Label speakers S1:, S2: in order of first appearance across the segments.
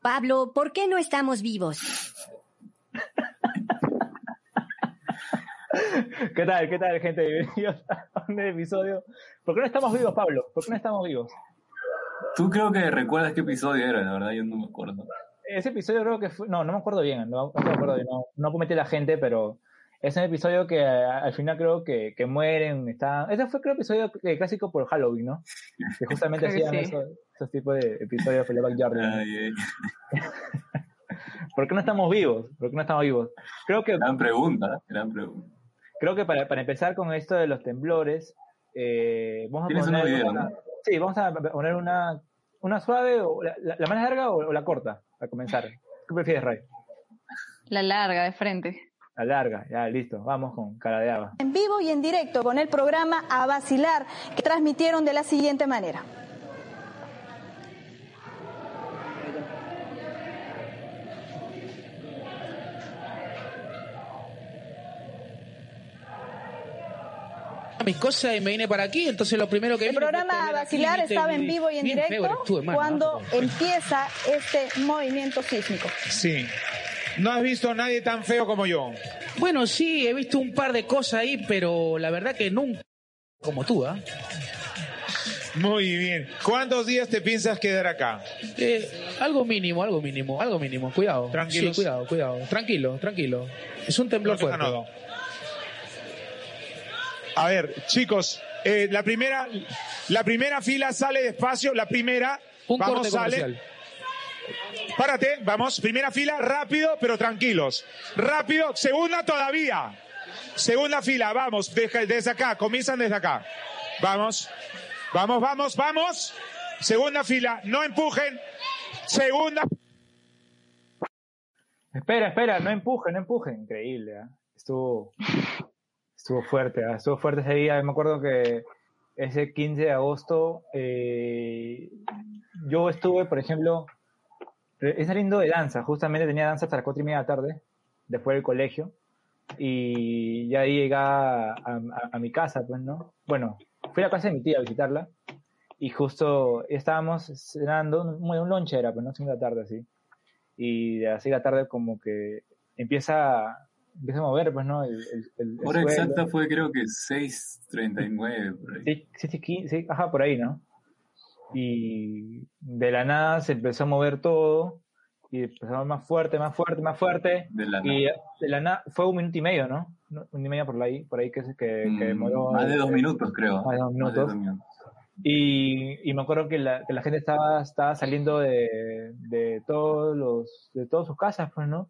S1: Pablo, ¿por qué no estamos vivos?
S2: ¿Qué tal? ¿Qué tal, gente? Bienvenidos a un episodio. ¿Por qué no estamos vivos, Pablo? ¿Por qué no estamos vivos?
S3: Tú creo que recuerdas qué episodio era, la verdad, yo no me acuerdo.
S2: Ese episodio creo que fue. No, no me acuerdo bien. No, no me acuerdo bien, No, no cometí la gente, pero es un episodio que eh, al final creo que, que mueren. Está... Ese fue, creo, episodio eh, clásico por Halloween, ¿no? Que justamente
S4: Creo que
S2: hacían
S4: sí.
S2: esos, esos tipos de episodios de Fleabag Jordan.
S3: Ay, ay.
S2: ¿Por qué no estamos vivos? ¿Por qué no estamos vivos? Creo que
S3: Gran pregunta, ¿eh? gran pregunta.
S2: Creo que para, para empezar con esto de los temblores, eh, vamos a
S3: Tienes
S2: poner.
S3: una idea,
S2: una-
S3: ¿no?
S2: Sí, vamos a poner una, una suave, o la, la- la más larga o, o la corta, para comenzar. ¿Qué prefieres, Ray?
S4: La larga, de frente.
S2: La larga, ya listo, vamos con cara de haba.
S5: en vivo y en directo con el programa A Vacilar, que transmitieron de la siguiente manera.
S6: Ah, mis cosas y me vine para aquí, entonces lo primero que
S5: El
S6: vino fue
S5: programa A
S6: tener aquí
S5: Vacilar
S6: este-
S5: estaba en vivo y en
S6: Bien feo
S5: directo
S6: eres tú, hermano.
S5: cuando empieza este movimiento sísmico.
S7: Sí. No has visto a nadie tan feo como yo.
S6: Bueno, sí, he visto un par de cosas ahí, pero la verdad que nunca como tú, ¿ah?
S7: Muy bien. ¿Cuántos días te piensas quedar acá?
S6: Eh, algo mínimo, algo mínimo, algo mínimo. Cuidado.
S7: Tranquilos.
S6: Sí, cuidado, cuidado. Tranquilo, tranquilo. Es un temblor
S7: López
S6: fuerte.
S7: Canodo. A ver, chicos, eh, la primera, la primera fila sale despacio, la primera.
S6: Un
S7: vamos,
S6: corte
S7: sale.
S6: comercial.
S7: Párate, vamos, primera fila, rápido, pero tranquilos. Rápido, segunda todavía. Segunda fila, vamos, deja- desde acá, comienzan desde acá. Vamos, vamos, vamos, vamos. Segunda fila, no empujen. Segunda.
S2: Espera, espera, no empujen, no empujen. Increíble, ¿ah? estuvo, estuvo fuerte, ¿ah? estuvo fuerte ese día. Me acuerdo que ese 15 de agosto eh, yo estuve, por ejemplo, re- es saliendo de danza, justamente tenía danza hasta las 4 y media de la tarde, después del colegio, y ya ahí llegaba a, a- a mi casa, pues, ¿no? Bueno, fui a la casa de mi tía a visitarla, y justo estábamos cenando, un, un lunch era, pues, ¿no? 5 de la tarde, así y de las seis de la tarde como que empieza, empieza a mover, pues, ¿no? El, el- el- el
S3: Hora
S2: suelo.
S3: exacta fue creo que 6.39 por ahí.
S2: Sí, sí, sí, qui- sí, ajá, por ahí, ¿no? Y de la nada se empezó a mover todo y empezó a mover más fuerte, más fuerte, más fuerte.
S3: de la
S2: Y
S3: nada.
S2: de la nada fue un minuto y medio, ¿no? Un minuto y medio por ahí, por ahí que, se- que, que
S3: Mm,
S2: demoró.
S3: Más de dos minutos, creo.
S2: Más de dos
S3: Más de
S2: minutos.
S3: dos minutos.
S2: Y, y me acuerdo que la, que la gente estaba, estaba saliendo de, de todos los de todas sus casas, pues, ¿no?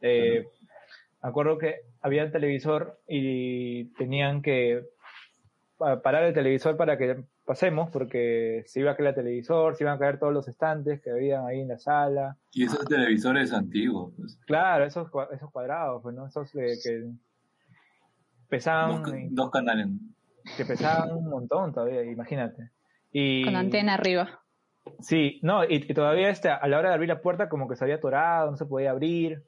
S2: Eh, me acuerdo que había un televisor y tenían que pa- parar el televisor para que pasemos, porque se iba a caer el televisor, se iban a caer todos los estantes que había ahí en la sala.
S3: Y esos televisores antiguos. pues.
S2: Claro, esos, cua- esos cuadrados, pues, ¿no? Esos eh, que pesaban,
S3: Dos, ca- dos canales.
S2: que pesaban un montón todavía, imagínate. Y,
S4: Con antena arriba.
S2: Sí, no, y, y todavía este, a la hora de abrir la puerta como que se había atorado, no se podía abrir.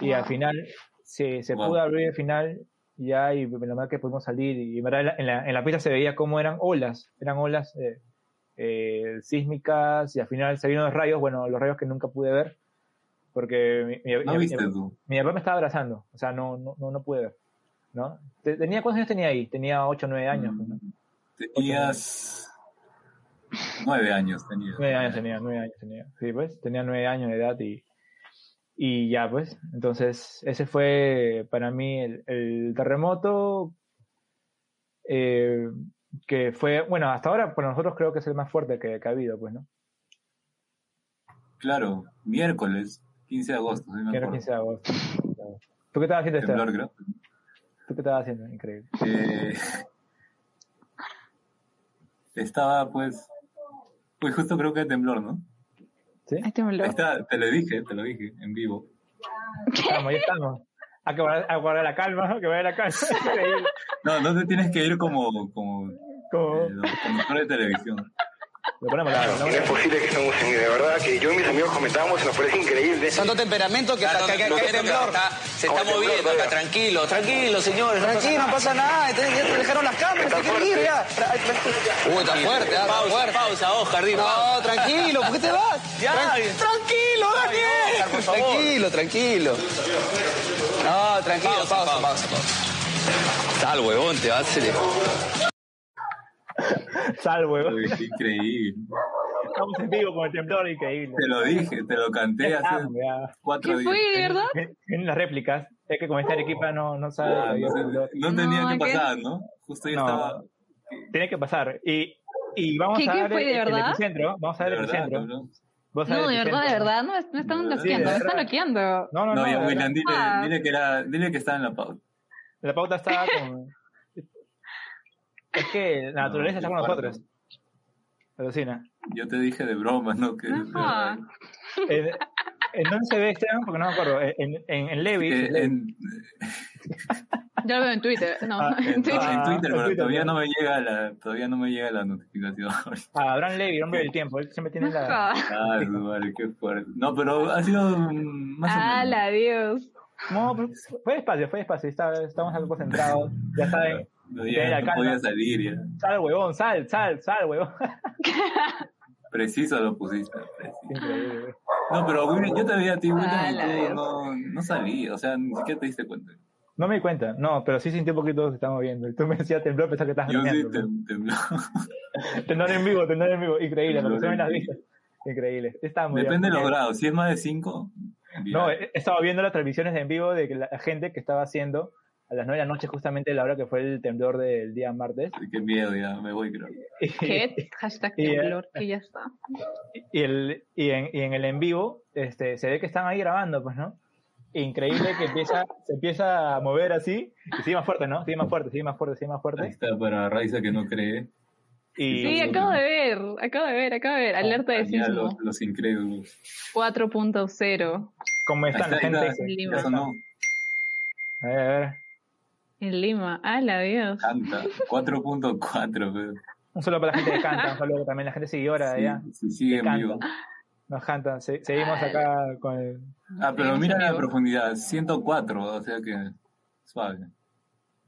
S2: Y al
S4: Wow.
S2: final se, se
S3: Wow.
S2: pudo abrir al final ya y lo mal que pudimos salir. Y en verdad en la, en la- en la pista se veía cómo eran olas, eran olas eh, eh, sísmicas y al final se vieron los rayos, bueno, los rayos que nunca pude ver porque mi, mi-
S3: ¿No
S2: mi-
S3: viste
S2: mi-
S3: tú?
S2: mi papá me estaba abrazando, o sea, no, no, no, no pude ver. ¿no? Te- Tenía, ¿Cuántos años tenía ahí? Tenía 8 o 9 años.
S3: Mm.
S2: pues, ¿no?
S3: Tenías nueve años. Tenías.
S2: Nueve años tenía, nueve años tenía. Sí, pues, tenía nueve años de edad y, y ya, pues. Entonces, ese fue para mí el, el terremoto eh, que fue, bueno, hasta ahora para nosotros creo que es el más fuerte que, que ha habido, pues, ¿no?
S3: Claro, miércoles, 15 de agosto. Sí me
S2: Que era
S3: acuerdo.
S2: 15 de agosto. ¿Tú qué estabas haciendo, Esteban?
S3: Temblor, creo.
S2: ¿Tú qué estabas haciendo? Increíble.
S3: Eh, estaba pues, pues justo creo que temblor, ¿no?
S2: ¿Sí?
S4: Ay, tembló.
S3: Ahí está, te lo dije, te lo dije en vivo.
S2: Estamos, ya estamos. Hay que guardar, a guardar la calma, ¿no? que vaya la calma. Increíble.
S3: No, no te tienes que ir como, como, eh,
S2: Como-
S3: los conductores de televisión.
S2: Lo ponemos largo. ¿no?
S8: Y no es posible que estemos en de verdad que yo y mis amigos comentábamos y nos parece increíble.
S9: Santo temperamento que
S10: Claro,
S9: hasta que
S10: Ah, no,
S9: cae
S10: no,
S9: temblor.
S10: está- se está
S8: Como temblor,
S10: moviendo
S8: vaya.
S10: acá, tranquilo, tranquilo, señores.
S9: Tranquilo, no pasa nada. Te, ya te dejaron las cámaras,
S8: Está
S9: te quieren ir
S8: fuerte.
S9: ya. Tra- tra- Uy, está fuerte, ah, está
S10: Pausa,
S9: fuerte.
S10: pausa, Oscar, di pausa.
S9: No, tranquilo, ¿por qué te vas?
S10: Ya.
S9: Tran- tranquilo,
S10: Oscar, por
S9: Daniel.
S10: favor.
S9: Tranquilo, tranquilo. No, tranquilo,
S10: Pausa,
S9: pausa,
S10: pausa.
S9: pausa. pausa.
S10: Sal, huevón, te va a hacer.
S2: Sal, huevón.
S3: Uy, qué increíble.
S2: Estamos en vivo con el temblor, increíble.
S3: Te lo dije, te lo canté hace
S2: Estamos, ya.
S3: cuatro
S4: Ah, ¿Qué
S3: días.
S4: fue, de verdad?
S2: En, en las réplicas, es que con
S4: Oh.
S2: esta Arequipa no, no sabe.
S3: Ah,
S2: todavía
S3: no,
S2: el
S3: sé,
S2: temblor.
S3: no tenía
S4: No,
S3: que
S4: ¿qué?
S3: pasar, ¿no? Justo yo
S2: No.
S3: estaba.
S2: Tiene que pasar. Y, y vamos
S4: ¿Qué-
S2: a
S4: qué
S2: ver
S4: fue, de
S2: el, el
S4: verdad?
S2: epicentro. Vamos a ver
S3: de
S2: el
S3: verdad,
S2: epicentro.
S3: cabrón.
S2: Vos sabés
S4: No,
S2: el
S4: de verdad, de
S2: epicentro.
S4: verdad, no, me están
S3: Sí,
S4: loqueando,
S2: de
S4: me están
S2: verdad.
S4: loqueando.
S2: No, no, no.
S3: No, ya,
S2: la-
S3: William, dile,
S4: Ah.
S3: dile, que era, dile que estaba en la pauta.
S2: La pauta está con. es que la naturaleza
S3: No,
S2: está con
S3: qué fuerte.
S2: nosotros. Alucina.
S3: Yo te dije de broma, ¿no? Que,
S4: No jodas.
S2: En, ¿En dónde se ve Esteban? Porque Eh, no me acuerdo. Eh, En, en, en Levi.
S3: que
S2: Levi.
S3: Eh, en,
S4: Yo lo veo en Twitter, no,
S2: Ah,
S4: en
S3: en,
S4: Twitter.
S3: en Twitter,
S2: en
S3: pero
S2: Twitter,
S3: todavía
S2: ¿no?
S3: no me llega la, todavía no me llega la notificación.
S2: A Abraham Levi, el hombre del tiempo. Él siempre tiene
S4: No
S2: la.
S4: jodas.
S3: Ah, su madre, qué fuerte. No, pero ha sido mm, más o menos.
S4: ¡Hala, Dios!
S2: No, pero fue despacio, fue despacio. Está, estamos algo concentrados. Ya saben.
S3: No,
S2: Ten
S3: ya,
S2: la
S3: no
S2: calma.
S3: podía salir ya.
S2: Sal, huevón, sal, sal, sal, huevón.
S3: Preciso lo pusiste. preciso.
S2: Increíble.
S3: No, pero William, yo te veía a ti, William,
S4: Ala,
S3: y tú
S4: Dios.
S3: no, no sabía, o sea, ni siquiera te diste cuenta.
S2: No me di cuenta, no, pero sí sentí un poquito que estamos viendo. Y tú me decías temblor, pensaba que estabas
S3: Yo sí
S2: bromeando.
S3: tem- tembló.
S2: Temblor en vivo, temblor en vivo. Increíble, porque
S3: Temblor
S2: se ven
S3: en
S2: las
S3: vivo.
S2: vistas. Increíble. Estamos ya.
S3: Depende de los
S2: Eh,
S3: grados, si es más de 5,
S2: No, eh. he he estado viendo las transmisiones en vivo de que la gente que estaba haciendo a las 9 de la noche, justamente la hora que fue el temblor del día martes.
S3: qué miedo, ya me voy, creo.
S2: Y,
S4: ¿Qué? Hashtag
S2: Y, eh,
S4: temblor, que ya está.
S2: y el, y, en, y en el en vivo este, se ve que están ahí grabando, pues, ¿no? Increíble que empieza, se empieza a mover así. Y sigue más fuerte, ¿no? Sigue más fuerte, sigue más fuerte, sigue más
S3: Ahí
S2: fuerte.
S3: está para Raiza que no cree.
S2: Y,
S4: Sí, acabo de ver, acabo de ver, acabo de
S3: Oh,
S4: ver. Alerta de
S3: Ya los,
S4: sismo
S3: los incrédulos.
S4: 4.0
S2: como
S3: Ahí
S2: están la
S3: está, ahí
S2: gente.
S3: está,
S2: dice,
S4: Lima.
S3: ya sonó.
S2: A ver, a ver.
S4: en Lima. ¡Hala, Dios!
S3: Canta. 4.4, pero.
S2: Un saludo para la gente que canta, un saludo también a la gente seguidora de allá.
S3: Sí, sí, sigue en
S2: canta.
S3: vivo.
S2: Nos cantan, se- seguimos acá con el...
S3: Ah, pero
S4: Seguimos
S3: mira
S4: en
S3: la
S4: vivo.
S3: profundidad, 104, o sea que suave.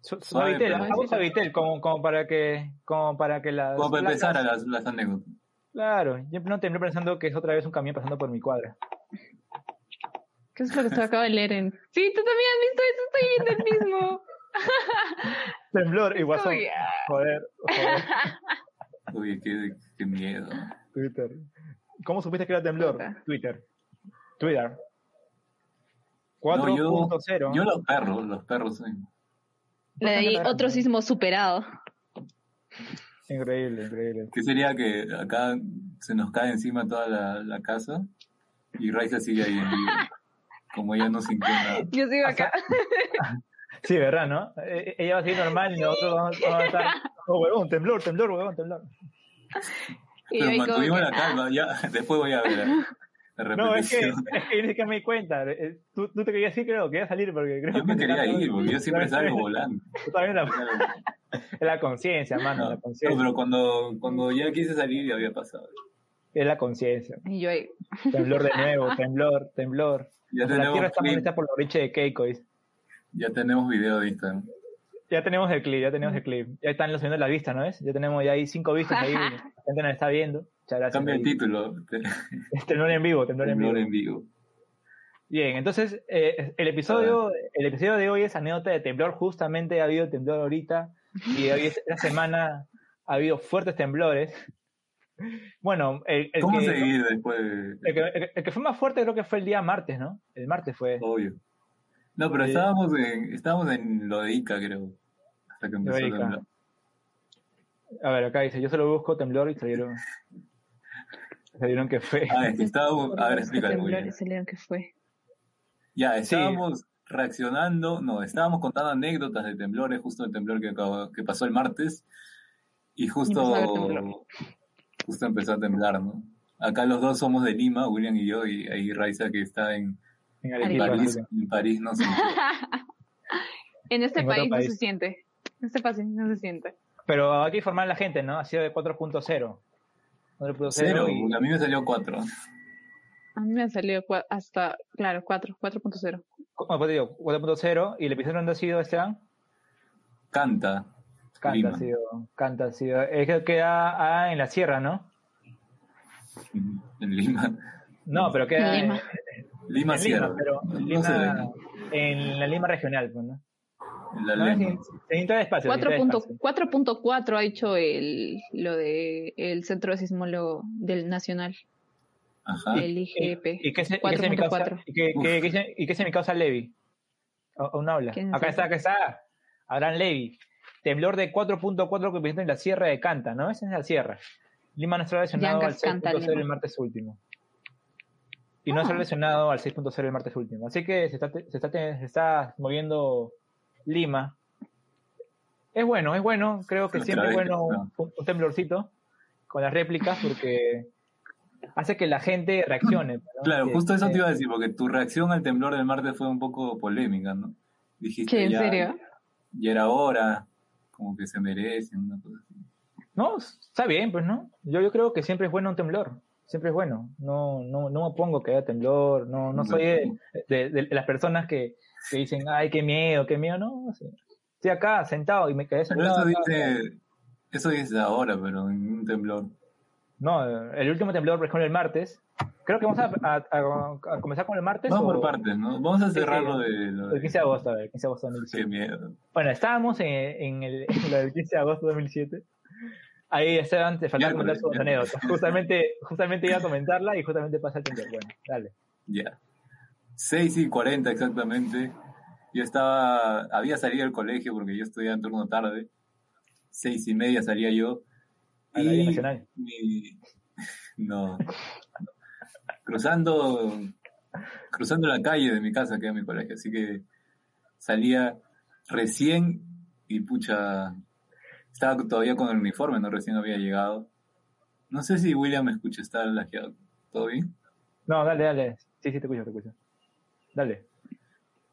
S2: su-
S3: Suave,
S2: Suavitel,
S3: pero-
S2: hagamos suavitel como, como para que como para que las
S3: Como para
S2: placas-
S3: empezar a las, las anécdotas.
S2: Claro, yo no terminé pensando que es otra vez un camión pasando por mi cuadra.
S4: ¿Qué es lo que tú acabas de leer en...? Sí, tú también has visto eso, estoy viendo el mismo.
S2: Temblor y guasón.
S4: Uy, ah.
S2: Joder, joder,
S3: Uy, qué, qué miedo.
S2: Twitter. ¿Cómo supiste que era temblor?
S4: Puta.
S2: Twitter. Twitter.
S3: No,
S2: 4.0.
S3: yo, yo los perros, los perros. sí.
S4: Le de ahí
S2: Bastante
S4: otro
S2: raro.
S4: sismo superado.
S2: Increíble, increíble.
S3: ¿Qué sería que acá se nos cae encima toda la, la casa y Raiza sigue ahí en vivo? Como ella no sintió nada.
S4: Yo sigo acá.
S2: Sí, ¿verdad, no? Eh, Ella va a seguir normal y nosotros vamos, vamos a estar... Oh, huevón, temblor, temblor, huevón, temblor.
S4: Y
S3: Pero
S4: ahí como
S3: mantuvimos
S4: que,
S3: la calma, ya, después voy a ver la
S2: No, es que,
S3: repetición.
S2: es que yo ni siquiera me di cuenta. Eh, Tú, tú te querías ir, creo, querías salir porque creo
S3: Yo me
S2: que-
S3: quería ir, porque yo siempre
S2: Claro,
S3: salgo volando.
S2: Tú también la, es la conciencia, mano,
S3: No,
S2: la
S3: no,
S2: conciencia.
S3: pero cuando, cuando ya quise salir ya había pasado.
S2: Es la conciencia.
S4: Y yo ahí. "Pues
S2: Temblor de nuevo, temblor, temblor.
S3: Ya
S2: O sea, la
S3: tenemos,
S2: tierra está
S3: clip,
S2: molesta por la orilla de Keiko. dice.
S3: ya tenemos video de Instagram.
S2: Ya tenemos el clip, ya tenemos el clip. Ya están los subiendo las vistas, ¿no es? Ya tenemos ya ahí cinco vistas ahí. La gente nos está viendo. Muchas gracias.
S3: Cambia el
S2: Ahí.
S3: título. te-
S2: Temblor en vivo, temblor en vivo.
S3: Temblor en vivo.
S2: Bien, entonces eh, el, episodio, el episodio de hoy es anécdota de temblor. Justamente ha habido temblor ahorita y hoy esta semana ha habido fuertes temblores. Bueno, el, el
S3: ¿Cómo
S2: que,
S3: seguir después de-
S2: el que- el- el que fue más fuerte creo que fue el día martes, ¿no? El martes fue.
S3: Obvio. No, pero
S2: Sí.
S3: estábamos en, estábamos en lo de Ica, creo. Hasta que empezó
S2: Ica.
S3: a temblar.
S2: A ver, acá dice, yo solo busco temblor y salieron. Salieron que fue.
S3: Ah, es que estábamos. A ver, explícalo,
S4: Temblor,
S3: William.
S4: ese león que fue.
S3: Ya, estábamos reaccionando. No, estábamos contando anécdotas de temblores, justo el temblor que, acabó- que pasó el martes. Y
S4: empezó a haber
S3: justo.
S4: temblor.
S3: Justo empezó a temblar, ¿no? Acá los dos somos de Lima, William y yo, y ahí Raiza que está en
S2: En
S4: Arequipa.
S3: París.
S2: Arequipa.
S3: En París no sé.
S4: En este
S2: En otro
S4: país,
S2: país.
S4: no se siente. En este país no se siente.
S2: Pero hay que informar a la gente, ¿no? Ha sido de 4.0. No le puedo
S3: Cero,
S2: cero y-
S3: porque a mí me salió cuatro.
S4: A mí me han salido cua- hasta, claro, 4, 4.0.
S2: como te pues digo, 4.0 y el episodio dónde ha sido, este Esteban.
S3: Canta.
S2: Canta
S3: Lima.
S2: ha sido, canta ha sido. Es que queda ah, en la sierra, ¿no?
S3: En Lima.
S2: No, pero queda en-
S4: Lima.
S3: Lima
S2: en
S3: Sierra.
S2: Lima, pero
S3: No
S2: Lima-
S3: sé de
S2: en la Lima regional, pues, ¿no?
S3: En la
S2: No,
S3: Lima.
S2: sin- sin entrar espacio, sin entrar espacio.
S4: 4.4 ha hecho el, lo de el Centro de Sismólogo del Nacional,
S2: Ah,
S3: Ajá.
S4: el IGP.
S2: ¿Y qué se- y qué se mi causa?
S4: 4.4.
S2: ¿Y qué- qué- qué se- y qué se mi causa Levi? Aún no habla.
S4: ¿Quién es
S2: Acá
S4: ese?
S2: está, acá está. Abraham Levi. Temblor de 4.4 que presentó en la sierra de Canta, ¿no? Esa es la sierra. Lima no se ha lesionado al
S4: Yankas Canta,
S2: 6.0 el
S4: Lima. Ah.
S2: martes último. Y no se ha lesionado al 6.0 el martes último. Así que se está, se está, se está moviendo Lima. Es bueno, es bueno. Creo que
S3: Otra
S2: siempre es
S3: vez,
S2: bueno
S3: ¿no?
S2: un, un temblorcito con las réplicas porque hace que la gente reaccione. ¿no?
S3: Claro,
S2: Que-
S3: justo eso
S2: que-
S3: te iba a decir, porque tu reacción al temblor del martes fue un poco polémica, ¿no? Dijiste,
S4: ¿Qué, en
S3: ya,
S4: serio?
S3: ya era hora, como que se merecen, una cosa así.
S2: No, está bien, pues no. Yo, yo creo que siempre es bueno un temblor. Siempre es bueno. No, no, no me opongo que haya temblor. No, no soy de, de- de las personas que, que dicen, ay, qué miedo, qué miedo. No, o sea, estoy acá sentado y me quedé
S3: Pero
S2: sentado.
S3: eso
S2: acá.
S3: dice, eso dice ahora, pero en un temblor.
S2: No, el último temblor, por ejemplo, el martes. Creo que vamos a, a- a- a comenzar con el martes.
S3: Vamos
S2: o-
S3: por partes, ¿no? Vamos a
S2: Sí,
S3: cerrar
S2: sí.
S3: lo de... Lo
S2: El
S3: de
S2: 15 de agosto, a ver, el 15 de agosto de 2017.
S3: qué miedo.
S2: Bueno, estábamos en, en el, en lo del 15 de agosto de 2007. Ahí, Esteban, te faltaba contar
S3: Miércoles,
S2: sus
S3: miércoles.
S2: anécdotas. Justamente, justamente iba a comentarla y justamente pasa el temblor. Bueno, dale.
S3: Ya. 6 y 40 exactamente. Yo estaba, había salido del colegio porque yo estudiaba en turno tarde. 6 y media salía yo.
S2: A la Vía
S3: Y
S2: Nacional.
S3: mi- no. Cruzando, cruzando la calle de mi casa que era mi colegio. Así que salía recién y pucha, estaba todavía con el uniforme, no recién había llegado. No sé si William me escucha, está lajeado. ¿Todo bien?
S2: No, dale, dale. Sí, sí, te escucho, te escucho. Dale.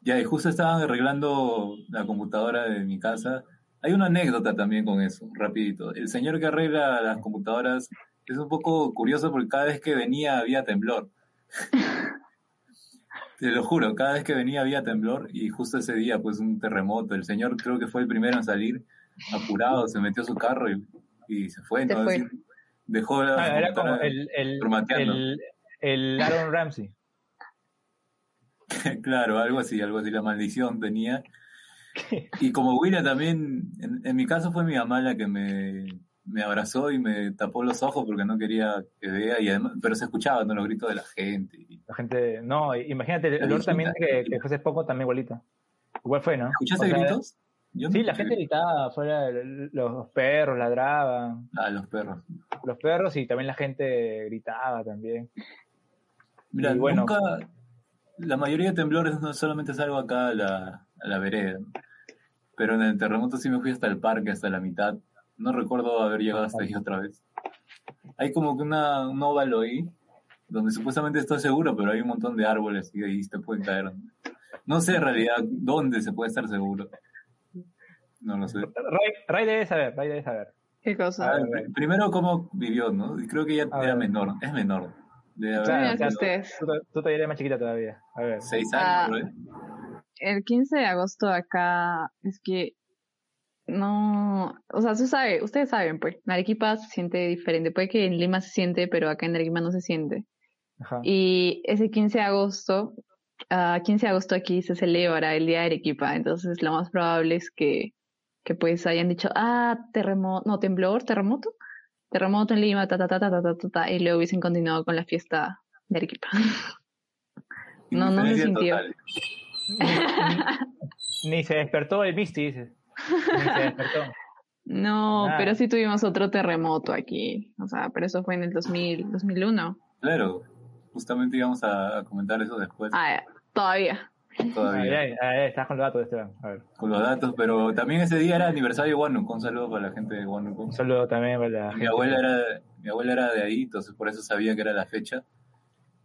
S3: Ya, y justo estaban arreglando la computadora de mi casa. Hay una anécdota también con eso, rapidito. El señor que arregla las computadoras es un poco curioso porque cada vez que venía había temblor. Te lo juro, cada vez que venía había temblor y justo ese día pues un terremoto. El señor creo que fue el primero en salir, apurado, se metió a su carro y, y se fue.
S4: Se
S3: ¿no?
S4: fue.
S3: Así, dejó la
S2: Ah, era como
S3: computadora-
S2: el, el,
S3: formateando.
S2: el, el Aaron Ramsey.
S3: Claro, algo así, algo así, la maldición tenía. Y como Willa también, en, en mi caso fue mi mamá la que me, me abrazó y me tapó los ojos porque no quería que vea, y además, pero se escuchaban ¿no? los gritos de la gente. y-
S2: La gente, no, imagínate, el
S3: La
S2: olor
S3: viejita.
S2: también que, que fue hace poco también igualito. Igual fue, ¿no?
S3: ¿Escuchaste
S2: O sea,
S3: gritos? Yo no
S2: Sí, la
S3: escuché
S2: gente gritaba afuera, los perros ladraban,
S3: a Ah, los perros.
S2: los perros y también la gente gritaba también.
S3: Mira,
S2: Y bueno.
S3: nunca, la mayoría de temblores no solamente salgo acá a la, a la vereda, ¿no? pero en el terremoto sí me fui hasta el parque, hasta la mitad. No recuerdo haber llegado hasta ahí otra vez. Hay como que una, un óvalo ahí, donde supuestamente está seguro, pero hay un montón de árboles y de ahí te pueden caer. ¿no? No sé en realidad dónde se puede estar seguro. No lo sé.
S2: Ray, Ray debe saber, Ray debe saber.
S4: ¿Qué cosa?
S2: ah.
S3: A ver, pr- primero, cómo vivió, ¿no? Y creo que ya
S2: A
S3: era
S2: ver.
S3: menor, es menor. Debe haber
S2: Claro,
S4: Mira que
S2: claro.
S3: tenido
S4: ustedes.
S2: Tú, to- tú todavía eres más chiquita todavía. A ver.
S3: seis
S4: Ah.
S3: años, por ahí.
S4: El 15 de agosto acá es que no, o sea, se sabe, ustedes saben, pues, en Arequipa se siente diferente. Puede que en Lima se siente, pero acá en Arequipa no se siente.
S2: Ajá.
S4: Y ese 15 de agosto, ah, 15 de agosto aquí se celebra el Día de Arequipa, entonces lo más probable es que, que pues hayan dicho, ah, terremoto, no, temblor, terremoto, terremoto en Lima, ta, ta, ta, ta, ta, ta, ta, ta, y luego hubiesen continuado con la fiesta de Arequipa. No, no se
S3: Indiferencia
S4: sintió.
S3: total.
S2: Ni se despertó el Misty, dices. Ni se despertó.
S4: No,
S2: Nada.
S4: pero sí tuvimos otro terremoto aquí, o sea, pero eso fue en el 2000, 2001.
S3: Claro, justamente íbamos a, a comentar eso después
S4: Ah, todavía.
S2: Ay,
S3: todavía
S2: ay, ay, estás con los datos, Esteban. A ver.
S3: con los datos, pero también ese día era aniversario de Huánuco, un saludo para la gente de Huánuco.
S2: Un saludo también para la
S3: Mi
S2: gente.
S3: abuela era, mi abuela era de ahí, entonces por eso sabía que era la fecha.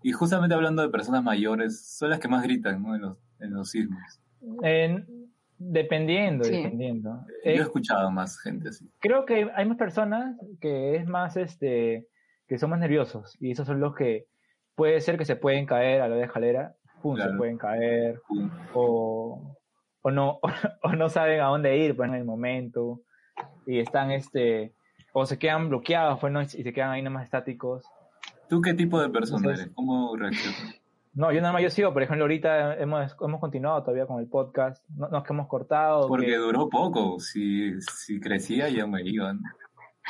S3: Y justamente hablando de personas mayores, son las que más gritan ¿no? en, los, en los sismos.
S2: Eh, dependiendo,
S4: Sí.
S2: dependiendo.
S3: Yo he
S2: Eh,
S3: escuchado más gente así.
S2: creo que hay más personas que es más este que son más nerviosos y esos son los que puede ser que se pueden caer a la de escalera, pum, se
S3: Claro.
S2: pueden caer o, o no o no saben a dónde ir pues en el momento y están este o se quedan bloqueados pues no y se quedan ahí nomás estáticos.
S3: ¿Tú qué tipo de persona eres? ¿Cómo reaccionas?
S2: No, yo nada más yo sigo, por ejemplo, ahorita hemos, hemos continuado todavía con el podcast, no, no es que hemos cortado.
S3: Porque
S2: que-
S3: duró poco. Si, si crecía, ya me iban.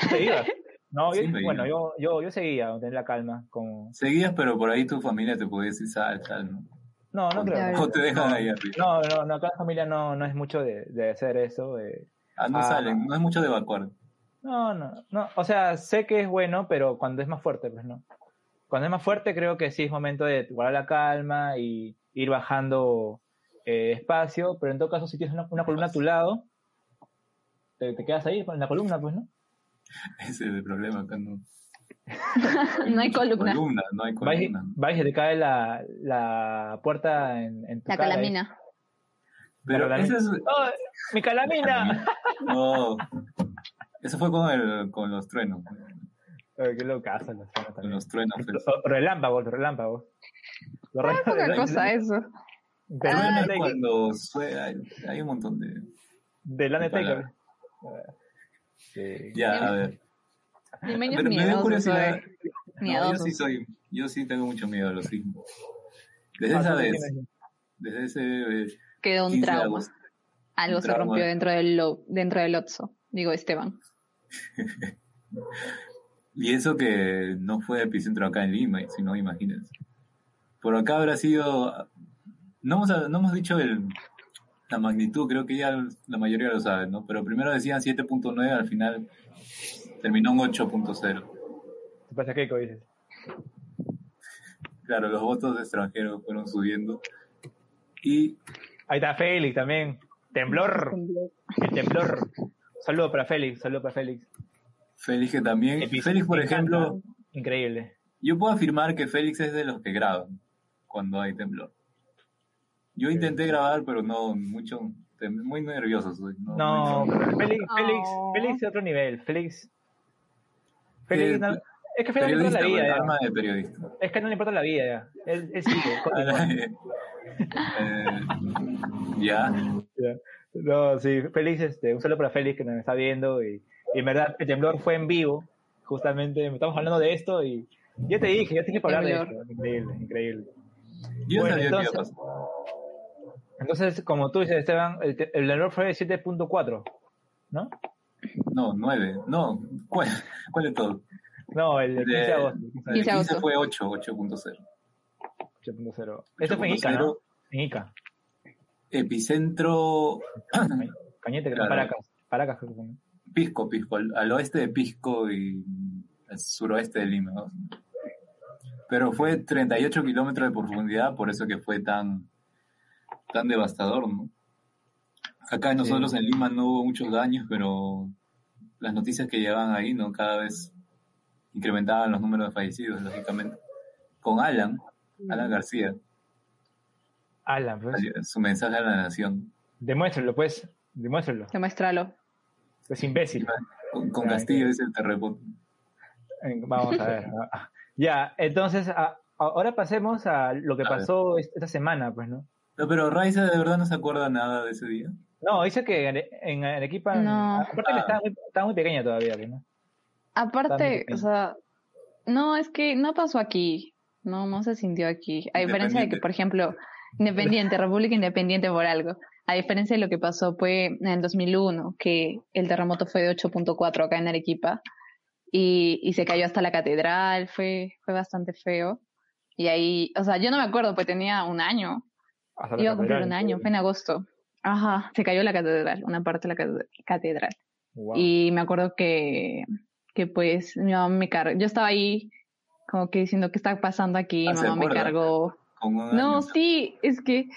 S2: Te ibas. No,
S3: Sí,
S2: yo,
S3: me iba.
S2: bueno, yo, yo, yo seguía, tener la calma. Como...
S3: Seguías, pero por ahí tu familia te podía decir, sal, sal, ¿no?
S2: No, no creo.
S3: O te dejan ahí arriba.
S2: No, no, no, acá la familia no, no es mucho de, de hacer eso. eh.
S3: Ah, no
S2: Ah.
S3: salen, no es mucho de evacuar.
S2: No, no, no. O sea, sé que es bueno, pero cuando es más fuerte, pues no. Cuando es más fuerte, creo que sí es momento de guardar la calma y ir bajando eh, espacio. Pero en todo caso, si tienes una, una columna a tu lado, te, te quedas ahí con la columna, pues, ¿no?
S3: Ese es el problema acá no.
S4: no hay columna.
S3: Columna, no hay
S2: Vais,
S3: columna.
S2: vais y se te cae la, la puerta en, en tu
S4: La
S2: cara, ¿eh?
S4: calamina.
S3: Pero
S2: La
S3: ese es.
S2: calamina. ¡Oh, ¡Mi calamina!
S3: No. Eso fue con, el, con los truenos.
S2: Ay, qué loca hacen los truenos
S3: Con
S2: también.
S3: los truenos. pues.
S2: Los Relámpagos, los relámpagos. Los
S4: Ah, poca
S2: relámpagos.
S4: cosa Ah, eso.
S2: Del
S3: Truenos
S2: Undertaker.
S3: cuando sue- hay, hay un montón de.
S2: Del Undertaker.
S3: palabra.
S2: Sí.
S3: Ya, a ver.
S4: Limeños
S3: Pero me dio
S4: miedosos,
S3: curiosidad.
S4: ¿sabes?
S3: No, yo
S4: Miedosos.
S3: sí soy. Yo sí tengo mucho miedo a los sismos.
S2: Ah,
S3: Desde esa vez. Desde ese. eh,
S4: Quedó un
S3: 15 de
S4: trauma.
S3: agosto.
S4: Algo
S3: Un
S4: se
S3: trauma.
S4: rompió dentro del, lo- dentro del Otso. Digo, Esteban.
S3: Y eso que no fue epicentro acá en Lima, sino imagínense. Por acá habrá sido. No hemos, no hemos dicho el, la magnitud, creo que ya la mayoría lo sabe, ¿no? Pero primero decían 7.9, al final terminó en 8.0.
S2: ¿Qué pasa, Keiko? Dices.
S3: Claro, los votos extranjeros fueron subiendo. Y
S2: Ahí está Félix también. Temblor. El temblor. Saludo para Félix, saludo para Félix.
S3: Félix que también.
S2: Epic-
S3: Félix, por
S2: me encanta.
S3: ejemplo,
S2: Increíble.
S3: yo puedo afirmar que Félix es de los que graban cuando hay temblor. Yo intenté grabar, pero no, mucho. tem- Muy nervioso soy. No,
S2: No,
S3: muy-
S2: pero Félix, Félix,
S4: Oh.
S2: Félix es otro nivel. Félix.
S3: Que-
S2: Félix no- es que a Félix no ¿eh? le importa
S3: Periodista,
S2: la vida.
S3: güey,
S2: ya.
S3: arma de periodista.
S2: Es que no le importa la vida ya. Él, él sigue. continúa.
S3: Eh, ya.
S2: Ya. No, sí, Félix, este, un saludo para Félix que nos está viendo y, y en verdad el temblor fue en vivo, justamente, estamos hablando de esto y yo te dije, yo te dije para hablar de
S4: Temblor.
S2: esto, increíble, increíble.
S3: Yo
S2: Bueno,
S3: sabía que iba a
S2: entonces-
S3: pasar.
S2: Entonces, como tú dices, Esteban, el, te- el temblor fue de 7.4, ¿no?
S3: No, nueve. No, ¿cuál, cuál de todos?
S2: No, el
S3: De-
S2: 15 de agosto,
S3: El
S4: 15 de
S3: 15
S4: agosto.
S3: fue 8, 8.0.
S2: 8.0. Esto fue en Ica, ¿no?
S3: 8.0,
S2: En Ica,
S3: Epicentro
S2: Cañete, que
S3: Claro.
S2: Paracas, Paracas creo que fue, ¿no?
S3: Pisco, Pisco, al, al oeste de Pisco y al suroeste de Lima. ¿no? Pero fue 38 kilómetros de profundidad, por eso que fue tan, tan devastador, ¿no? Acá nosotros en Lima no hubo muchos daños, pero las noticias que llegaban ahí, ¿no? Cada vez incrementaban los números de fallecidos, lógicamente. Con Alan, Alan García,
S2: Alan, pues,
S3: su mensaje a la nación.
S2: demuéstralo, pues, demuéstralo,
S4: Demuéstralo.
S2: es imbécil.
S3: Con, con
S2: Ya,
S3: Castillo dice el terremoto.
S2: Eh, Vamos a ver. Ah, ya, entonces a- ahora pasemos a lo que
S3: A ver.
S2: pasó es- esta semana, pues, ¿no?
S3: No, pero Raiza de verdad no se acuerda nada de ese día.
S2: No, dice que en, en Arequipa.
S4: No.
S2: Aparte que
S3: Ah.
S2: estaba muy, estaba muy pequeña todavía, pues, ¿no?
S4: Aparte,
S2: También.
S4: o sea, no, es que no pasó aquí. No, no se sintió aquí. A diferencia de que,
S3: Independiente.
S4: por ejemplo, Independiente, República Independiente por algo. A diferencia de lo que pasó fue en el 2001, que el terremoto fue de 8.4 acá en Arequipa y, y se cayó hasta la catedral, fue, fue bastante feo. Y ahí, o sea, yo no me acuerdo, pues tenía un año,
S2: Hasta la
S4: Iba a cumplir
S2: catedral.
S4: un año, fue en agosto. Ajá, se cayó la catedral, una parte de la cate- catedral.
S2: Wow.
S4: Y me acuerdo que, que pues mi mamá me cargó. Yo estaba ahí como que diciendo, ¿qué está pasando aquí?
S3: Ah,
S4: mi
S3: ¿se
S4: mamá me
S3: acuerda?
S4: cargó.
S3: Con un
S4: No,
S3: año.
S4: sí, es que,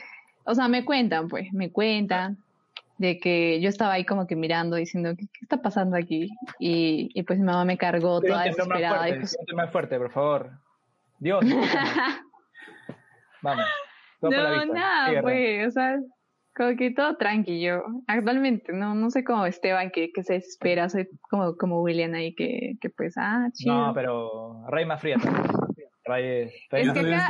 S4: o sea, me cuentan, pues, me cuentan de que yo estaba ahí como que mirando, diciendo, ¿qué, qué está pasando aquí? Y, y pues mi mamá me cargó
S2: Pero
S4: toda
S2: un temblor más
S4: desesperada.
S2: fuerte,
S4: y pues-
S2: un temblor más fuerte, por favor. Dios. escúchame. Vamos. Todo por la
S4: no,
S2: vista.
S4: nada,
S2: Cierra.
S4: pues, o sea, Como que todo tranqui yo. Actualmente, no, no sé cómo Esteban que, que se desespera, soy como, como William ahí que, que pues, ah, chido.
S2: No, pero Ray más fría. Ray es...
S4: Es que acá,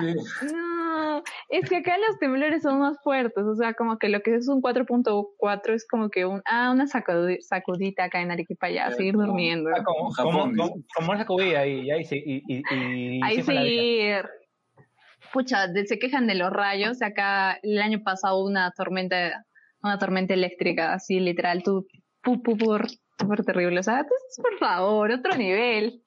S4: no, es que acá los temblores son más fuertes, o sea, como que lo que es un 4.4 es como que un, ah, una sacudi- sacudita acá en Arequipa ya, seguir durmiendo.
S2: Ah, como, como, como, como esa cubilla ahí, y ahí sí. Y, y, y,
S4: Ahí
S2: fue la vida.
S4: sí, pucha, de- se quejan de los rayos, acá el año pasado hubo una tormenta, una tormenta eléctrica, así literal, tú, pu, pu, por, por terrible, o sea, pues, por favor, otro nivel.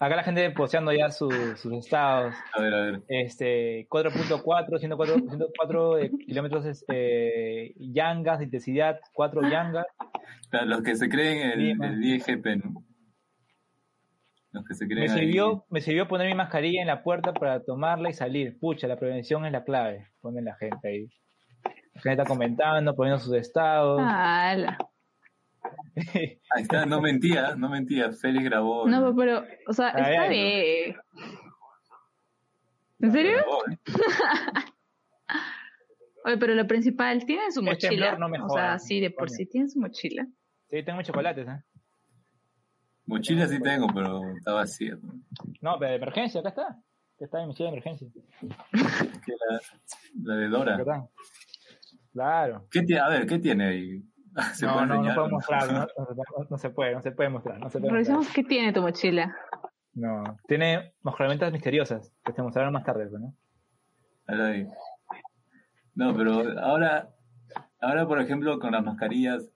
S2: Acá la gente posteando ya su- sus estados.
S3: A ver, a ver.
S2: Este, 4.4, 104, 104 eh, kilómetros es, eh, yangas de intensidad, 4 yangas.
S3: Claro, Los que se creen el, el IGP, ¿no? Los que se creen
S2: Me
S3: ahí.
S2: sirvió, me sirvió poner mi mascarilla en la puerta para tomarla y salir. Pucha, la prevención es la clave, ponen la gente ahí. La gente está comentando, poniendo sus estados.
S4: Ah. Ala.
S3: Ahí está, no mentía, no mentía. Félix grabó.
S4: No, pero, o sea,
S3: Ay,
S4: está
S3: ay, no.
S4: bien. ¿En serio?
S3: ¿eh?
S4: Oye, pero lo principal, tiene su
S2: El
S4: mochila.
S2: temblor no me
S4: o sea,
S2: joda,
S4: sí, de por
S2: coño.
S4: sí tiene su mochila.
S2: Sí, tengo chocolates, ¿eh?
S3: Mochila sí tengo, pero está vacía. ¿no?
S2: No, pero de emergencia, acá está. Acá está mi mochila de emergencia.
S3: Que La, la de Dora.
S2: Acá está. Claro.
S3: ¿Qué tiene? A ver, ¿qué tiene ahí? ¿Se
S2: no,
S3: puede
S2: no, no
S3: enseñar?
S2: puedo mostrar, no, no- no se puede, no se puede mostrar, no se puede mostrar.
S4: Revisemos qué tiene tu mochila.
S2: No, tiene mejoramientas misteriosas que te mostrarán más tarde, pues, ¿no?
S3: Ahora ahí. No, pero ahora, ahora por ejemplo, con las mascarillas,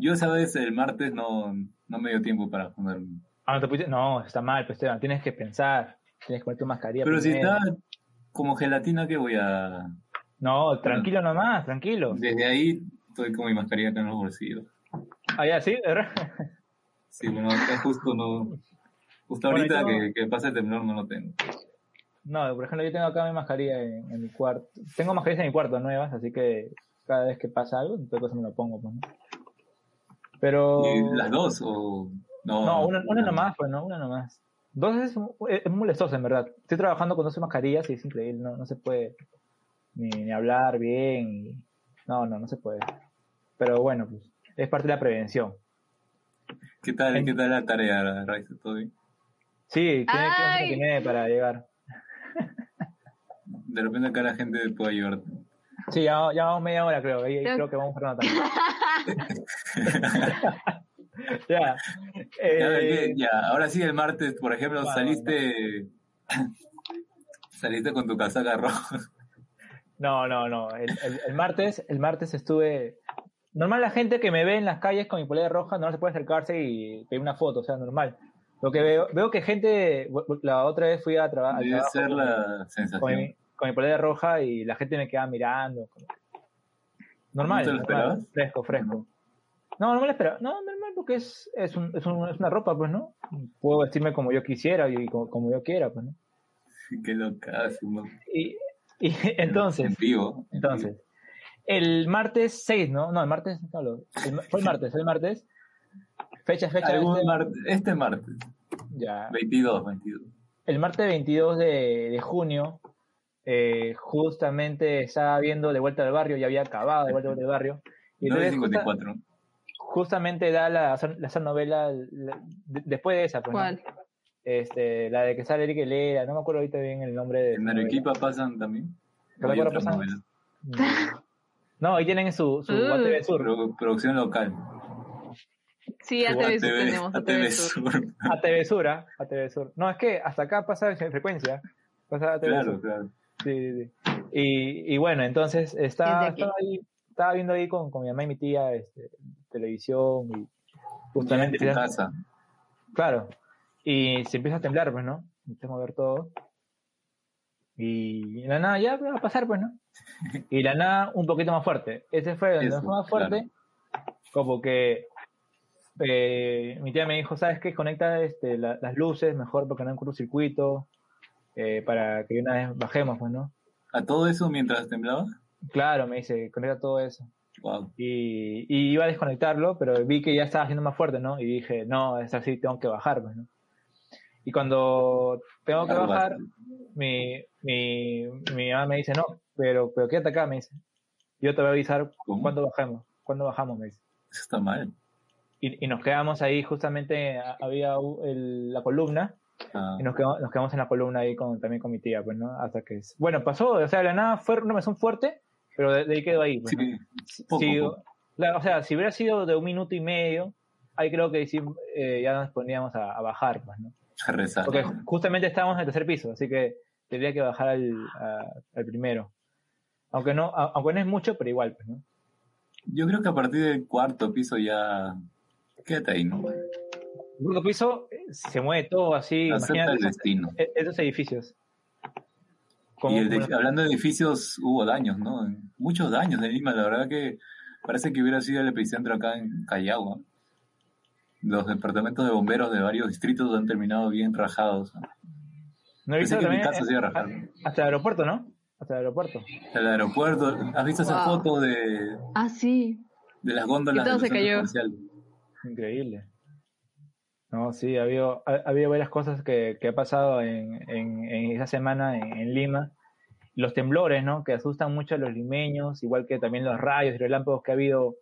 S3: yo sabes, el martes no, no me dio tiempo para ponerme.
S2: Ah, no te pusiste- No, está mal, pues Esteban, tienes que pensar, tienes que poner tu mascarilla.
S3: Pero si
S2: primero.
S3: está como gelatina que voy a...
S2: No, tranquilo nomás, tranquilo.
S3: Desde ahí estoy con mi mascarilla acá en los bolsillos.
S2: Ah, ya, sí, ¿verdad?
S3: Sí, bueno, acá justo no... Justo
S2: Bueno,
S3: ahorita
S2: yo-
S3: que, que pasa el temblor no lo tengo.
S2: No, por ejemplo, yo tengo acá mi mascarilla en, en mi cuarto. Tengo mascarillas en mi cuarto nuevas, así que cada vez que pasa algo, entonces cosa me lo pongo, pues, ¿no? Pero.
S3: ¿Y ¿Las dos o...? No,
S2: Oh. No, una, una nomás, pues, ¿no? Una nomás. Dos es, es molestoso, en verdad. Estoy trabajando con dos mascarillas y es increíble, no, no se puede ni, ni hablar bien. y- No, no, no se puede. Pero bueno, pues, es parte de la prevención.
S3: ¿Qué tal, ¿Qué tal la tarea, Raiza? ¿Todo bien?
S2: Sí, tiene que
S4: Ay.
S2: tiene para llegar.
S3: De repente acá la gente puede ayudarte.
S2: Sí, ya, ya vamos media hora, creo. Ahí, ahí
S4: Creo-
S2: creo que vamos a una también. ya.
S3: Ya,
S2: Eh,
S3: ya, ahora sí, el martes, por ejemplo, saliste saliste con tu casaca roja.
S2: No, no, no. El, el- el martes, el martes estuve. Normal la gente que me ve en las calles con mi polera roja no se puede acercarse y pedir una foto, o sea, normal. Lo que veo, veo que gente, la otra vez fui a traba- al
S3: Debe
S2: trabajo
S3: ser
S2: con-
S3: la
S2: con,
S3: sensación.
S2: mi, con mi polera roja y la gente me quedaba mirando. como- Normal,
S3: ¿No te lo
S2: normal,
S3: esperabas?
S2: fresco, fresco. No, no me lo esperaba. No, normal porque es, es, un- es un- es una ropa, pues, ¿no? Puedo vestirme como yo quisiera y como, como yo quiera, pues, ¿no?
S3: Qué loca, ¿no?
S2: Y, y entonces,
S3: en vivo. en
S2: entonces, el martes 6, ¿no? No, el martes, no, lo- el ma- fue el martes, fue el martes. Fecha,
S3: vivo.
S2: fecha.
S3: Algún
S2: este-
S3: martes- este martes,
S2: ya.
S3: 22, 22.
S2: El martes 22 de, de junio, eh, justamente estaba viendo De Vuelta al Barrio, ya había acabado De Vuelta al Barrio. Y entonces justa-
S3: 9.54.
S2: justamente da la, la esa novela la- de- después de esa, pues, ¿no?
S4: ¿Cuál?
S2: Este, la de que sale Eric Helera, no me acuerdo ahorita bien el nombre de.
S3: En Arequipa pasan también.
S2: ¿Te acuerdas
S3: Hay otra
S2: pasan?
S3: novela.
S2: No, ahí tienen su, su
S4: Uh.
S2: ATV Sur.
S3: Pro- producción local.
S4: Sí, ATV Sur tenemos, ATV Sur.
S2: ATV Sur, ¿ah? ATV Sur. No, es que hasta acá pasa en frecuencia. Pasa ATV Sur.
S3: Claro, claro.
S2: Sí, sí, sí. Y, y bueno, entonces estaba,
S4: Desde aquí.
S2: estaba, ahí, estaba viendo ahí con, con mi mamá y mi tía este, televisión y
S3: En
S2: justamente.
S3: tu casa.
S2: Claro. Y se empieza a temblar, pues, ¿no? Empieza a mover todo. Y la nada ya va a pasar, pues, ¿no? Y la nada un poquito más fuerte. Ese fue donde
S3: Eso,
S2: fue más fuerte. Como que eh, mi tía me dijo, ¿sabes qué? Conecta este, la- las luces mejor porque no hay circuito eh, para que de una vez bajemos, pues, ¿no?
S3: ¿A todo eso mientras temblaba?
S2: Claro, me dice, conecta todo eso.
S3: Wow.
S2: Y, y iba a desconectarlo, pero vi que ya estaba haciendo más fuerte, ¿no? Y dije, no, es así, tengo que bajar, pues, ¿no? Y cuando tengo que
S3: Claro,
S2: bajar, mi, mi, mi mamá me dice, no, pero, pero quédate acá, me dice. yo te voy a avisar cuándo bajamos, cuándo bajamos, me dice.
S3: Eso está mal.
S2: Y, y nos quedamos ahí, justamente a- había u- el- la columna,
S3: Ah,
S2: y nos quedamos, nos quedamos en la columna ahí con, también con mi tía, pues, ¿no? Hasta que... es- Bueno, pasó, o sea, de la nada fue una mesón fuerte, pero de, de ahí quedó ahí. pues, ¿no?
S3: poco,
S2: Sí,
S3: poco.
S2: claro, o sea, si hubiera sido de un minuto y medio, ahí creo que sí, eh, ya nos poníamos a, a bajar, pues, ¿no?
S3: a rezar.
S2: Porque justamente estábamos en el tercer piso, así que tendría que bajar al, a- al primero. Aunque no, a- aunque no es mucho, pero igual, pues, ¿no?
S3: Yo creo que a partir del cuarto piso ya. Quédate ahí, ¿no?
S2: El segundo piso eh, se mueve todo así,
S3: Acepta el
S2: imagínate esos-
S3: destino.
S2: e- esos edificios.
S3: Y el de-
S2: como-
S3: hablando de edificios, hubo daños, ¿no? Muchos daños en Lima. La verdad que parece que hubiera sido el epicentro acá en Callao. ¿no? Los departamentos de bomberos de varios distritos han terminado bien rajados. ¿no?
S2: No he visto
S3: Pensé que
S2: también
S3: mi casa se iba a rajar.
S2: eh, hasta el aeropuerto, ¿no? Hasta el aeropuerto.
S3: El aeropuerto, ¿has visto esas
S4: Wow.
S3: fotos de,
S4: Ah, sí.
S3: de las góndolas
S4: Y todo
S3: de los
S4: se
S3: centros
S4: cayó.
S3: comerciales?
S2: Increíble. No, sí, ha habido, ha, ha habido varias cosas que, que ha pasado en, en, en esa semana en, en Lima. Los temblores, ¿no? Que asustan mucho a los limeños, igual que también los rayos y relámpagos que ha habido.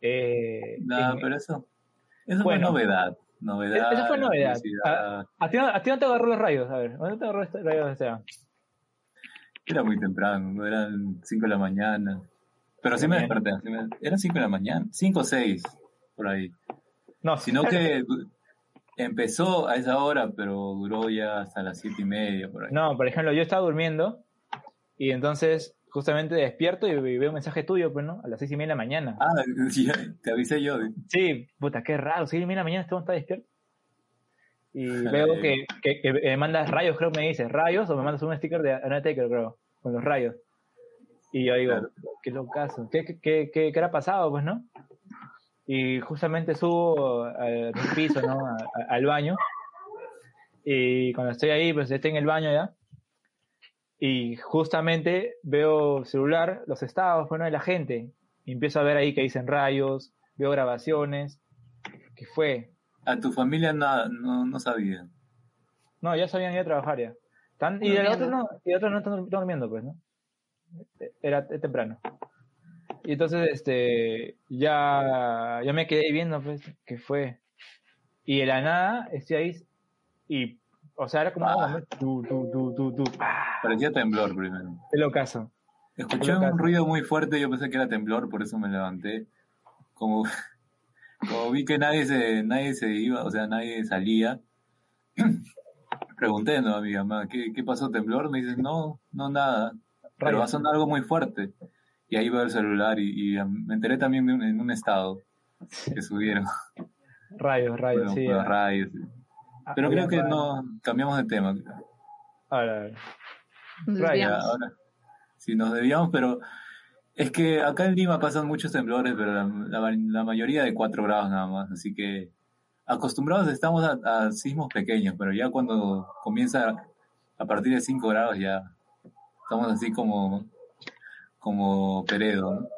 S2: eh,
S3: No,
S2: en-
S3: pero eso, eso
S2: Bueno.
S3: fue novedad. Novedad.
S2: Eso fue novedad. Ah.
S3: publicidad.
S2: ¿A ti, no, a ti no te agarró los rayos? A ver, ¿dónde te agarró estos rayos? O sea,
S3: Era muy temprano, no eran 5 de la mañana. Pero sí me
S2: Bien.
S3: desperté. sí me- eran 5 de la mañana, 5 o 6, por ahí.
S2: no,
S3: Sino que du- empezó a esa hora, pero duró ya hasta las 7 y media, por ahí.
S2: No, por ejemplo, yo estaba durmiendo y entonces justamente despierto y, y veo un mensaje tuyo, pues, ¿no? A las seis y media de la mañana.
S3: Ah, ya, te avisé yo.
S2: Sí, puta, qué raro, seis y media de la mañana este hombre está despierto. Y
S3: Ojalá
S2: veo
S3: de-
S2: que, que- que me mandas rayos, creo que me dices, rayos, o me mandas un sticker de Undertaker, creo, con los rayos. Y yo digo,
S3: Claro.
S2: qué locazo, ¿qué, qué, qué, qué, qué era pasado, pues, no? Y justamente subo al piso, ¿no? A- a- al baño. Y cuando estoy ahí, pues estoy en el baño ya. Y justamente veo celular, los estados, bueno, de la gente. Y empiezo a ver ahí que dicen rayos, veo grabaciones. ¿Qué fue?
S3: A tu familia nada, no, no sabía.
S2: No, ya sabían ir a trabajar ya. Están- y de los otros no, y de otros no están dur- están durmiendo, pues, ¿no? Este, Era t- temprano. Y entonces, este, ya, ya me quedé ahí viendo, pues, qué fue. Y de la nada, estoy ahí, y, o sea, era como,
S3: Ah.
S2: tu, tu, tu, tu, tu, ah,
S3: Parecía temblor primero.
S2: qué locazo.
S3: Escuché
S2: Locazo.
S3: un ruido muy fuerte, yo pensé que era temblor, por eso me levanté. Como, como vi que nadie se, nadie se iba, o sea, nadie salía, pregunté ¿no, a mi mamá, ¿qué, qué pasó, temblor? Me dicen, no, no nada, pero
S2: Rayos.
S3: va a sonar algo muy fuerte. Y ahí veo el celular y, y me enteré también de un- en un estado que subieron
S2: Rayos, rayos,
S3: fueron
S2: sí.
S3: por los
S2: ah,
S3: radios.
S2: ah,
S3: Pero
S2: había
S3: creo que
S2: rayos.
S3: no, cambiamos de tema.
S2: A ver, a ver.
S4: Nos
S2: Raya,
S3: Ya,
S4: desviamos.
S3: ahora sí nos debíamos, pero es que acá en Lima pasan muchos temblores, pero la, la- la mayoría de 4 grados nada más, así que acostumbrados estamos a, a sismos pequeños, pero ya cuando comienza a partir de 5 grados ya estamos así como como Peredo, ¿no?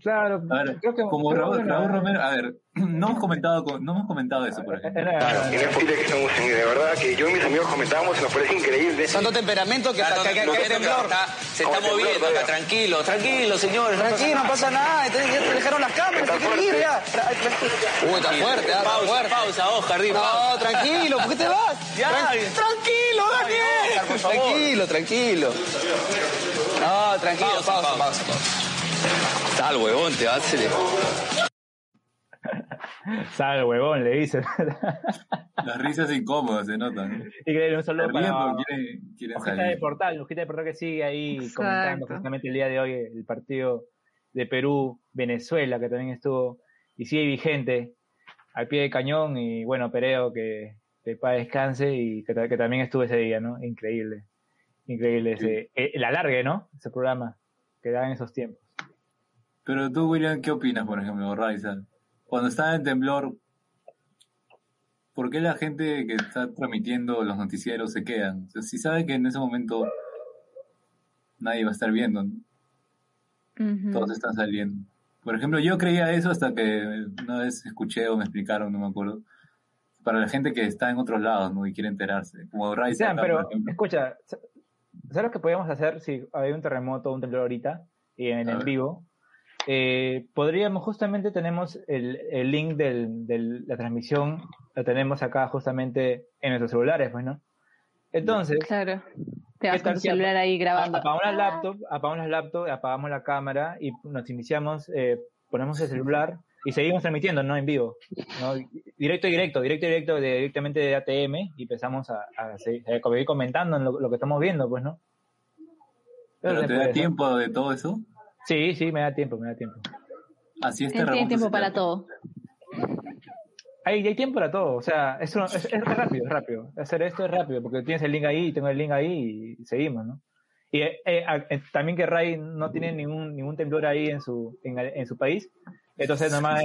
S2: Claro,
S3: A ver,
S2: creo que eh,
S3: como
S2: creo
S3: Raúl,
S2: que
S3: Raúl
S2: no.
S3: Romero, a ver, no
S2: eh,
S3: hemos comentado con- no hemos comentado eso, por ejemplo.
S2: Era-
S8: Y no es posible que estamos en de verdad que yo y mis amigos comentábamos y nos parece increíble.
S9: Son dos temperamentos que hasta que hay que temblor.
S10: se está
S8: Como temblor,
S10: moviendo acá,
S8: vaya.
S10: tranquilo, tranquilo, señores. no pasa
S9: Tranquilo, no
S10: nada.
S9: pasa nada. Entonces, ya te dejaron las cámaras, te quieren ir ya.
S10: Uy, está fuerte, ah, está
S9: Pausa,
S10: fuerte. Pausa, oh, jardín.
S9: No, tranquilo, ¿por qué te vas?
S10: Ya.
S9: Tran- tranquilo,
S10: Oscar, por
S9: Daniel.
S10: favor.
S9: Tranquilo, tranquilo. No, tranquilo,
S10: Pausa,
S9: pausa,
S10: pausa,
S9: pausa.
S10: Sal, huevón, te va a acelerar.
S2: Sal, huevón, le dicen.
S3: Las risas incómodas se notan. ¿no?
S2: Increíble, un saludo
S3: Se ríen
S2: eh, para
S3: porque quieren, quieren
S2: Ojita de
S3: salir.
S2: Portal, Ojita de Portal que sigue ahí
S4: Exacto.
S2: comentando justamente el día de hoy el partido de Perú-Venezuela, que también estuvo y sigue vigente al pie de cañón. Y bueno, Pereo, que de paz descanse y que, ta- que también estuvo ese día, ¿no? Increíble, increíble ese, eh, el alargue, ¿no? Ese programa que da en esos tiempos.
S3: Pero tú, William, ¿qué opinas, por ejemplo, Raiza? Cuando estaba en temblor, ¿por qué la gente que está transmitiendo los noticieros se quedan? O sea, si sabe que en ese momento nadie va a estar viendo, ¿no?
S4: Ujú.
S3: todos están saliendo. Por ejemplo, yo creía eso hasta que una vez escuché o me explicaron, no me acuerdo, para la gente que está en otros lados ¿no? y quiere enterarse. Como Raiza,
S2: Sean,
S3: acá,
S2: pero
S3: por ejemplo.
S2: escucha, sa- ¿sabes lo que podríamos hacer si hay un terremoto o un temblor ahorita y en el
S3: A
S2: en
S3: ver.
S2: vivo? eh, podríamos, justamente tenemos el, el link de la transmisión, lo tenemos acá justamente en nuestros celulares, pues, ¿no? Entonces,
S4: Claro. Te
S2: ¿Qué
S4: vas con
S2: tal
S4: tu
S2: si
S4: celular ahí grabando.
S2: apagamos la laptop, apagamos la laptop, apagamos la cámara y nos iniciamos, eh, ponemos el celular y seguimos transmitiendo, ¿no? En vivo. ¿no? Directo, directo, directo, directo, de- directamente de ATM y empezamos a, a se- a seguir comentando en lo, lo que estamos viendo, pues, ¿no?
S3: ¿Pero
S2: se
S3: te
S2: puede,
S3: da
S2: ¿no?
S3: tiempo de todo eso?
S2: Sí, sí, me da tiempo, me da tiempo.
S3: Así es,
S4: Él tiene tiempo para todo.
S2: Hay, hay tiempo para todo, o sea, es, una- es, es rápido, es rápido. Hacer esto es rápido, porque tienes el link ahí, tengo el link ahí y seguimos, ¿no? Y eh, eh, a- eh, también que Ray no tiene ningún, ningún temblor ahí en su, en, el- en su país, entonces normal,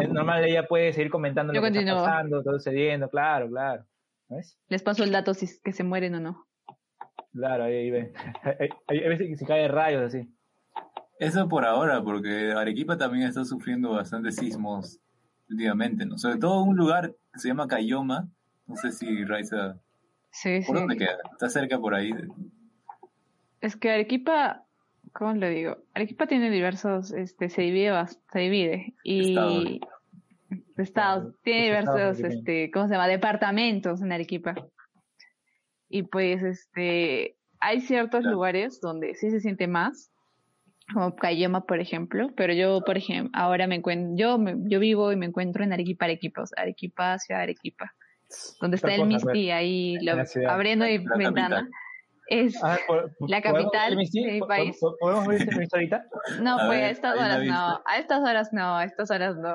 S2: es normal ella puede seguir comentando
S4: Yo
S2: lo que está
S4: continúo.
S2: pasando, todo sucediendo, claro, claro. ¿Ves?
S4: Les paso el dato si es que se mueren o no.
S2: Claro, ahí, ahí ven. Hay, hay- hay veces que se cae de rayos así.
S3: Eso por ahora, porque Arequipa también está sufriendo bastantes sismos últimamente, ¿no? Sobre todo un lugar que se llama Cayoma. No sé si Raiza.
S4: Sí, sí.
S3: ¿Por dónde queda? Está cerca por ahí.
S4: Es que Arequipa, ¿cómo lo digo? Arequipa tiene diversos, este, se divide, bas- se divide y
S3: Estados.
S4: estados, tiene
S2: los estados
S4: diversos,
S2: arequipeños.
S4: este, ¿cómo se llama? Departamentos en Arequipa. Y pues, este, hay ciertos lugares donde sí se siente más, como Cayoma, por ejemplo, pero yo, por ejemplo, ahora me encuentro, yo, me- yo vivo y me encuentro en Arequipa, Arequipa, o sea, Arequipa, ciudad de Arequipa, donde está
S2: Otra
S4: el
S2: cosa, a ver,
S4: Misti, ahí
S2: en
S4: lo-
S2: la ciudad,
S4: abriendo mi
S3: la
S4: ventana.
S3: capital.
S4: Es,
S2: Ah, ¿po- po-
S4: La
S2: ¿podemos
S4: capital
S2: ver mi sí?
S4: de mi
S2: ¿Po-
S4: país.
S2: po- ¿Podemos ver ese visto ahorita?
S4: No,
S3: A
S4: pues
S3: ver,
S4: a estas
S3: ahí la
S4: horas no,
S3: viste.
S4: a estas horas no, a estas horas no.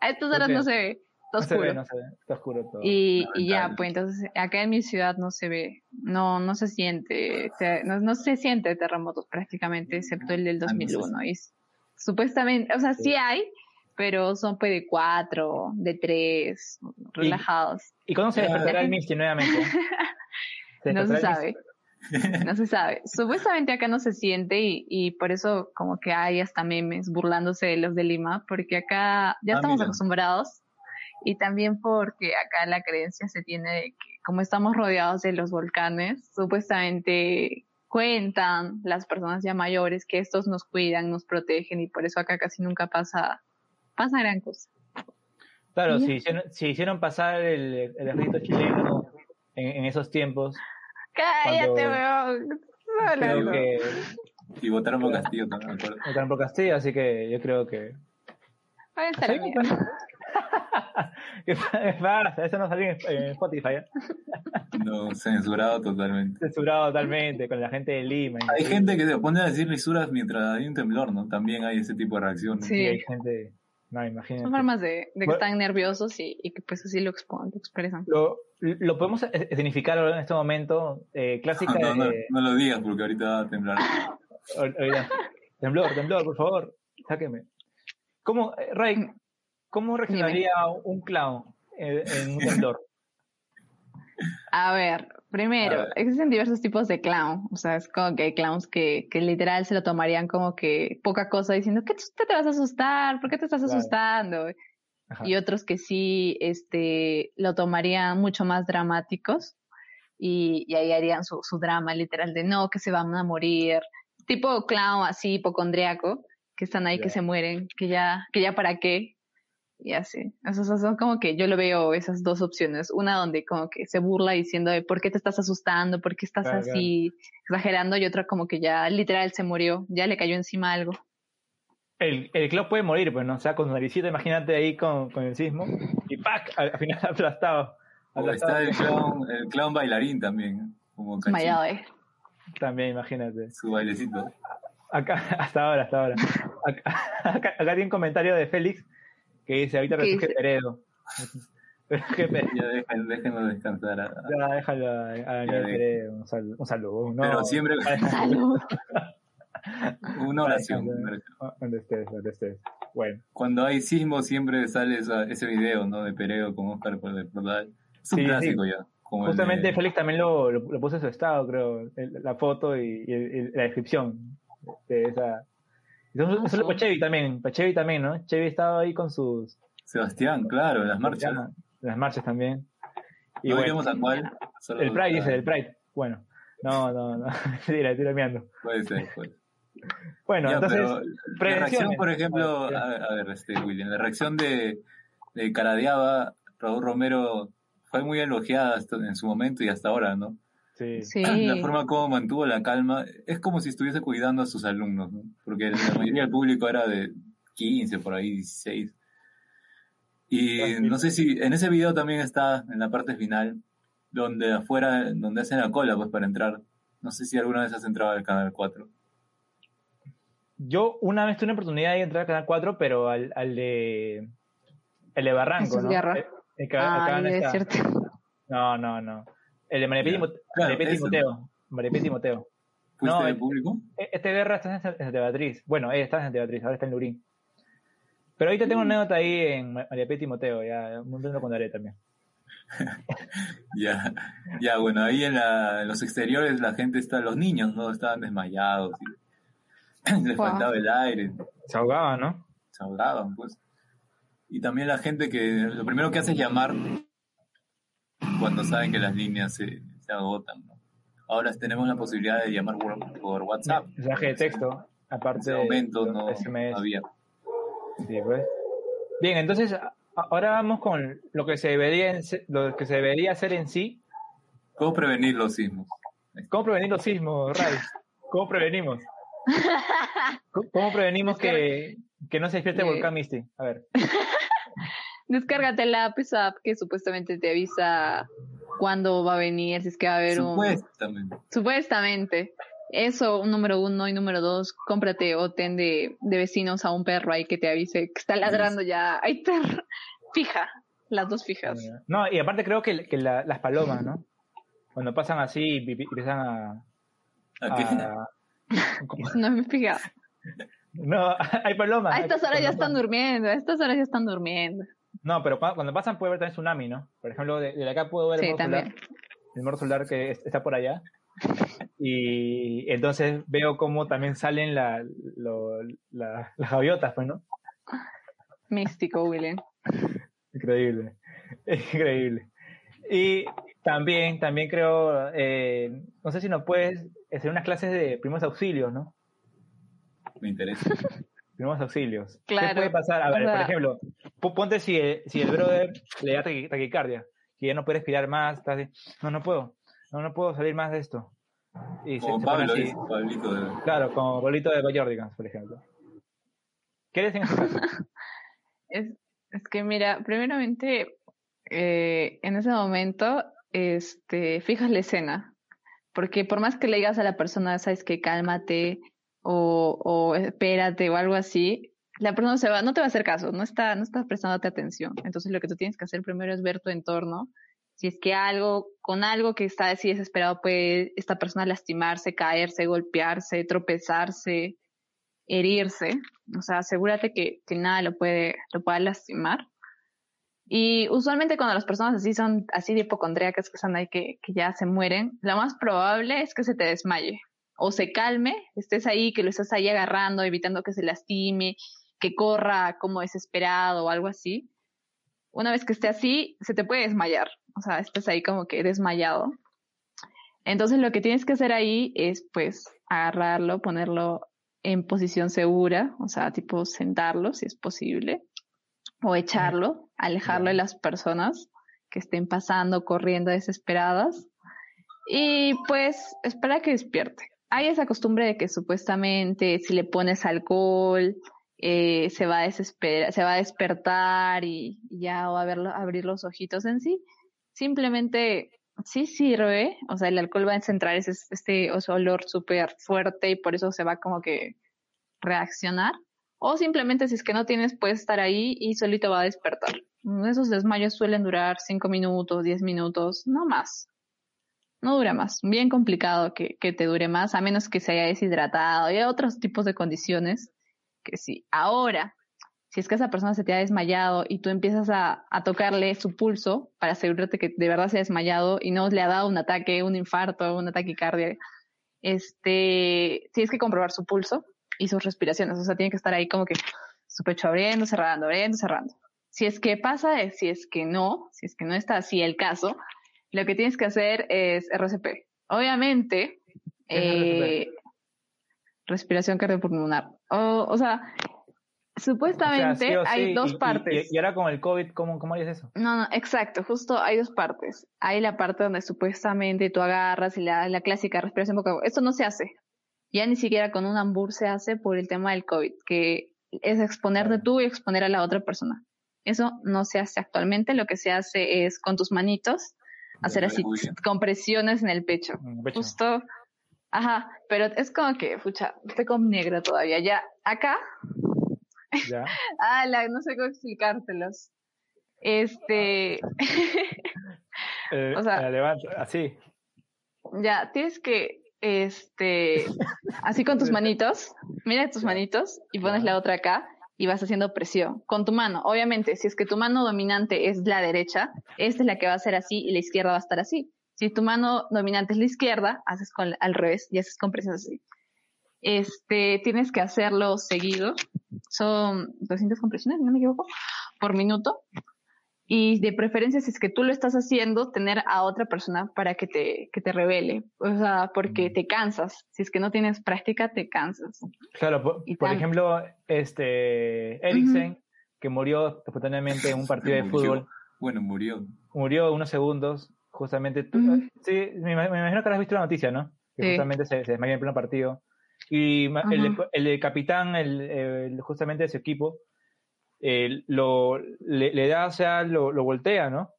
S4: A estas
S2: ¿Por
S4: horas
S2: qué?
S4: no se ve, está
S2: No se ve,
S4: oscuro.
S2: no se ve, está oscuro todo.
S4: y, y ya,
S3: Lamentable.
S4: pues entonces acá en mi ciudad no se ve, no, no se siente, te- no, no se siente terremotos prácticamente, excepto el del
S3: Ah, no se
S4: 2001. Y s- supuestamente, o sea, sí hay, pero son pues de cuatro, de tres, relajados.
S2: ¿Y cuándo se
S3: Ya,
S2: despertará
S4: ya.
S2: el Misty nuevamente? ¿Se
S4: Eh, No se
S2: despertará el
S4: sabe. No se sabe. Supuestamente acá no se siente y, y por eso como que hay hasta memes burlándose de los de Lima, porque acá ya
S3: Ah,
S4: estamos
S3: mira.
S4: acostumbrados y también porque acá la creencia se tiene de que como estamos rodeados de los volcanes, supuestamente cuentan las personas ya mayores que estos nos cuidan, nos protegen y por eso acá casi nunca pasa, pasa gran cosa.
S2: Misty? Claro,
S4: Ya.
S2: si hicieron, si hicieron pasar el, el ejército chileno en, en esos tiempos,
S4: Cállate,
S2: Cuando-
S4: weón.
S2: creo
S4: Solo, no.
S2: que
S3: Y votaron por Castillo también, me acuerdo.
S2: votaron por Castillo, así que yo creo que... pues.
S4: Ahí está la mierda.
S2: ¿Qué pasa? Eso no salió en, en Spotify, ¿eh?
S3: No, censurado totalmente.
S2: censurado totalmente con la gente de Lima.
S3: Hay gente que se pone a decir lisuras mientras hay un temblor, ¿no? También hay ese tipo de reacciones.
S2: Sí,
S4: Sí.
S2: hay gente... No, imagínate.
S4: Son formas de, de que
S2: Bueno.
S4: están nerviosos y, y que pues así lo, expo- lo expresan.
S2: Lo, lo podemos escenificar ahora en este momento. eh, clásica
S3: Ah, No, no,
S2: de...
S3: no lo digas porque ahorita va a temblar.
S2: Ol- olvidar. temblor, temblor, por favor, sáqueme. ¿Cómo, eh, Ray, cómo reaccionaría un clown en, en un temblor?
S4: A ver, primero,
S3: A ver.
S4: existen diversos tipos de clown. O sea, es como que hay clowns que, que literal se lo tomarían como que poca cosa diciendo, ¿qué te, te vas a asustar? ¿Por qué te estás
S2: Claro.
S4: asustando?
S2: Ajá.
S4: Y otros que sí este, lo tomarían mucho más dramáticos y, y ahí harían su, su drama literal de no, que se van a morir. Tipo clown así hipocondriaco, que están ahí, que
S2: Ya.
S4: se mueren, que ya, que ya para qué. Y así. Esas esas son como que yo lo veo esas dos opciones. Una donde como que se burla diciendo de por qué te estás asustando, por qué estás
S2: Claro, claro.
S4: así exagerando y otra como que ya literal se murió, ya le cayó encima algo.
S2: El, el clown puede morir, pues, ¿no? O sea, con su naricita, imagínate ahí con, con el sismo. Y ¡pac! Al, al final aplastado.
S3: O
S2: Aplastado
S3: está el clown, el clown bailarín también, como Cachín,
S4: Desmayado, eh.
S2: también, imagínate.
S3: su bailecito.
S2: Acá, hasta ahora, hasta ahora. Acá, acá, acá hay un comentario de Félix que dice, ahorita
S4: ¿Qué
S2: resurge
S4: dice?
S2: Peredo. Resurge Peredo.
S3: Ya dejen- déjenlo descansar. a-
S2: Ya, déjalo a, a Daniel
S3: Ya,
S2: Pérez, un, sal- un saludo. No,
S3: Pero siempre-
S4: Salud.
S3: Una oración.
S2: Ah, Donde estés, donde estés. Bueno,
S3: Cuando hay sismo siempre sale esa- ese video, ¿no? De Pereo con Oscar por el portal. Es un
S2: Sí, sí.
S3: clásico ya. como el de-
S2: justamente Félix también lo, lo, lo puso en su estado, creo, el- la foto y, y el- el- la descripción de esa. Eso, eso
S4: Ojo.
S2: lo fue Chevy también, pues Chevy también, ¿no? Chevy estaba ahí con sus
S3: Sebastián, claro, en las marchas.
S2: llama? las marchas también. Y
S3: no
S2: bueno,
S3: iremos a cuál. solo-
S2: el Pride dice,
S3: ah,
S2: el Pride. Bueno, no, no, no, tira, tira meando.
S3: Puede ser, puede ser.
S2: Bueno,
S3: Ya,
S2: entonces,
S3: pero la reacción,
S2: prevenciones.
S3: por ejemplo, a, a ver, este, William, la reacción de, de Caradeaba, Raúl Romero, fue muy elogiada hasta- en su momento y hasta ahora, ¿no?
S2: Sí.
S4: Sí.
S3: La forma como mantuvo la calma es como si estuviese cuidando a sus alumnos, ¿no? Porque la mayoría del público era de 15, por ahí 16. Y no sé si en ese video también está en la parte final, donde afuera, donde hacen la cola, pues para entrar. No sé si alguna vez has entrado al canal 4.
S2: Yo una vez tuve una oportunidad de entrar al Canal 4, pero al, al de. El de Barranco,
S4: Jesús
S2: ¿no?
S4: Guerra.
S2: El- el que acá
S4: Ah,
S2: no
S4: es
S2: está.
S4: cierto.
S2: No, no, no. El de María Pía
S3: Ya.
S2: Timoteo.
S3: Claro,
S2: María Pía
S3: ese.
S2: Timoteo. María Pía Timoteo.
S3: ¿Fuiste
S2: No,
S3: de
S2: el-
S3: público?
S2: E- Este guerra está en Sa- en Santa Beatriz. Bueno, ella está en Santa Beatriz, ahora está en Lurín. Pero ahorita tengo una anécdota ahí en Ma- María Pía Timoteo, ya un momento lo contaré también.
S3: Ya, ya, bueno, ahí en, la- en los exteriores la gente está, los niños, ¿no? Estaban desmayados, y les
S4: Wow.
S3: faltaba el aire,
S2: Se ahogaba, ¿no?
S3: se ahogaban, pues. Y también la gente que lo primero que hace es llamar cuando saben que las líneas se, se agotan, ¿no? Ahora tenemos la posibilidad de llamar por, por WhatsApp.
S2: Mensaje de texto,
S3: En
S2: aparte
S3: ese
S2: de
S3: momento no
S2: los SMS.
S3: había.
S2: Sí, pues. Bien, entonces a- ahora vamos con lo que se debería en se- lo que se debería hacer en sí.
S3: ¿Cómo prevenir los sismos?
S2: ¿Cómo prevenir los sismos, Ray? ¿Cómo prevenimos? ¿Cómo- ¿Cómo prevenimos que, que no se despierte el
S4: Eh.
S2: volcán Misty? A ver.
S4: Descárgate la app, esa app que supuestamente te avisa cuándo va a venir, si es que va a haber un...
S3: Supuestamente.
S4: Supuestamente. Eso, número uno. Y número dos, cómprate o ten de, de vecinos a un perro ahí que te avise que está ladrando ya. Ahí te fija, las dos fijas.
S2: No, y aparte creo que, que la- las palomas, ¿no? Cuando pasan así y pi- pi- empiezan a...
S3: ¿A qué?
S2: a- como-
S4: Eso no me fija.
S2: no, hay palomas.
S4: A
S2: hay
S4: estas horas ya
S2: palomas.
S4: están durmiendo, a estas horas ya están durmiendo.
S2: No, pero pa- cuando pasan puede haber también tsunami, ¿no? Por ejemplo, de, de acá puedo ver el
S4: Sí,
S2: morro
S4: también.
S2: solar, el morro solar que es- está por allá. Y entonces veo cómo también salen la- lo- la- las gaviotas, pues, ¿no?
S4: Místico, William.
S2: Increíble, increíble. Y también, también creo, eh, no sé si nos puedes hacer unas clases de primeros auxilios, ¿no?
S3: Me interesa.
S2: Primeros auxilios. ¿Qué
S4: Claro.
S2: puede pasar? A ver,
S4: O sea-
S2: por ejemplo, po- ponte si el, si el brother le da taqui- taquicardia, que ya no puede respirar más, está así, no, no puedo, no, no puedo salir más de esto. Y se,
S3: Como
S2: se pone
S3: Pablo,
S2: así,
S3: dice Pablito. de-
S2: claro, como bolito de Jordigans, por ejemplo. ¿Qué les en ese caso?
S4: Es, es que mira, primeramente, eh, en ese momento, este, fijas la escena, porque por más que le digas a la persona, sabes que cálmate o, o espérate o algo así, la persona se va, no te va a hacer caso, no está, no está prestándote atención. Entonces lo que tú tienes que hacer primero es ver tu entorno. Si es que algo, con algo que está así desesperado, puede esta persona lastimarse, caerse, golpearse, tropezarse, herirse. O sea, asegúrate que, que nada lo puede, lo pueda lastimar. Y usualmente cuando las personas así son así de hipocondríacas que son ahí que, que ya se mueren, lo más probable es que se te desmaye o se calme, estés ahí, que lo estás ahí agarrando, evitando que se lastime, que corra como desesperado o algo así. Una vez que esté así, se te puede desmayar. O sea, estás ahí como que desmayado. Entonces lo que tienes que hacer ahí es pues agarrarlo, ponerlo en posición segura, o sea, tipo sentarlo si es posible, o echarlo, alejarlo de las personas que estén pasando, corriendo desesperadas, y pues espera que despierte. Hay esa costumbre de que supuestamente si le pones alcohol, eh, se, va a desespera- se va a despertar y y ya va a verlo- abrir los ojitos en sí. Simplemente sí sirve, o sea, el alcohol va a centrar ese, este o sea, olor súper fuerte y por eso se va como que reaccionar. O simplemente si es que no tienes, puedes estar ahí y solito va a despertar. Esos desmayos suelen durar 5 minutos, 10 minutos, no más. No dura más. Bien complicado que, que te dure más, a menos que se haya deshidratado. Y hay otros tipos de condiciones que sí. Ahora, si es que esa persona se te ha desmayado y tú empiezas a, a tocarle su pulso para asegurarte que de verdad se ha desmayado y no le ha dado un ataque, un infarto, un ataque cardíaco, este, tienes que comprobar su pulso y sus respiraciones. O sea, tiene que estar ahí como que su pecho abriendo, cerrando, abriendo, cerrando. Si es que pasa, eh, si es que no, si es que no está así el caso, lo que tienes que hacer es RCP. Obviamente,
S2: ¿Qué es RCP?
S4: eh, Respiración cardiopulmonar. O, o sea, supuestamente
S2: sí o
S4: hay
S2: sí,
S4: dos
S2: y- y-
S4: partes.
S2: Y, ahora con el COVID, ¿cómo, cómo harías eso?
S4: No, no, exacto, justo hay dos partes. Hay la parte donde supuestamente tú agarras y la, la clásica respiración boca a boca. Esto no se hace. Ya ni siquiera con un ambur se hace por el tema del COVID, que es exponerte tú y exponer a la otra persona. Eso no se hace actualmente. Lo que se hace es con tus manitos hacer así
S3: Muy bien.
S4: compresiones en el pecho. Justo. Ajá, pero es como que, pucha, estoy con negro todavía. Ya, acá
S2: Ya.
S4: Ah, no sé cómo explicártelos. Este,
S3: Ah,
S2: Eh,
S4: O sea-
S2: eh, levanta, así.
S4: ya, tienes que, este, así con tus manitos, mira tus manitos y pones la otra acá y vas haciendo presión con tu mano. Obviamente, si es que tu mano dominante es la derecha, esta es la que va a ser así y la izquierda va a estar así. Si tu mano dominante es la izquierda, haces con, al revés y haces con presión así. Este, tienes que hacerlo seguido. Son 200 compresiones, si no me equivoco, por minuto. Y de preferencia, si es que tú lo estás haciendo, tener a otra persona para que te, que te revele. O sea, porque
S2: Mm.
S4: te cansas. Si es que no tienes práctica, te cansas.
S2: Claro, por,
S4: Y
S2: por
S4: tan-
S2: ejemplo, este Eriksen, que murió espontáneamente en un partido de
S3: Murió.
S2: fútbol,
S3: Bueno, murió.
S2: murió unos segundos, justamente. tú- ah,
S4: Ujú.
S2: Sí, me, ima- me imagino que habrás visto la noticia, ¿no? Que
S4: Sí.
S2: justamente se, se desmayó en pleno partido. Y ma- el,
S4: Ajá.
S2: el, capitán, el, el- justamente de su equipo, eh, lo, le, le da, o sea, lo, lo voltea, ¿no?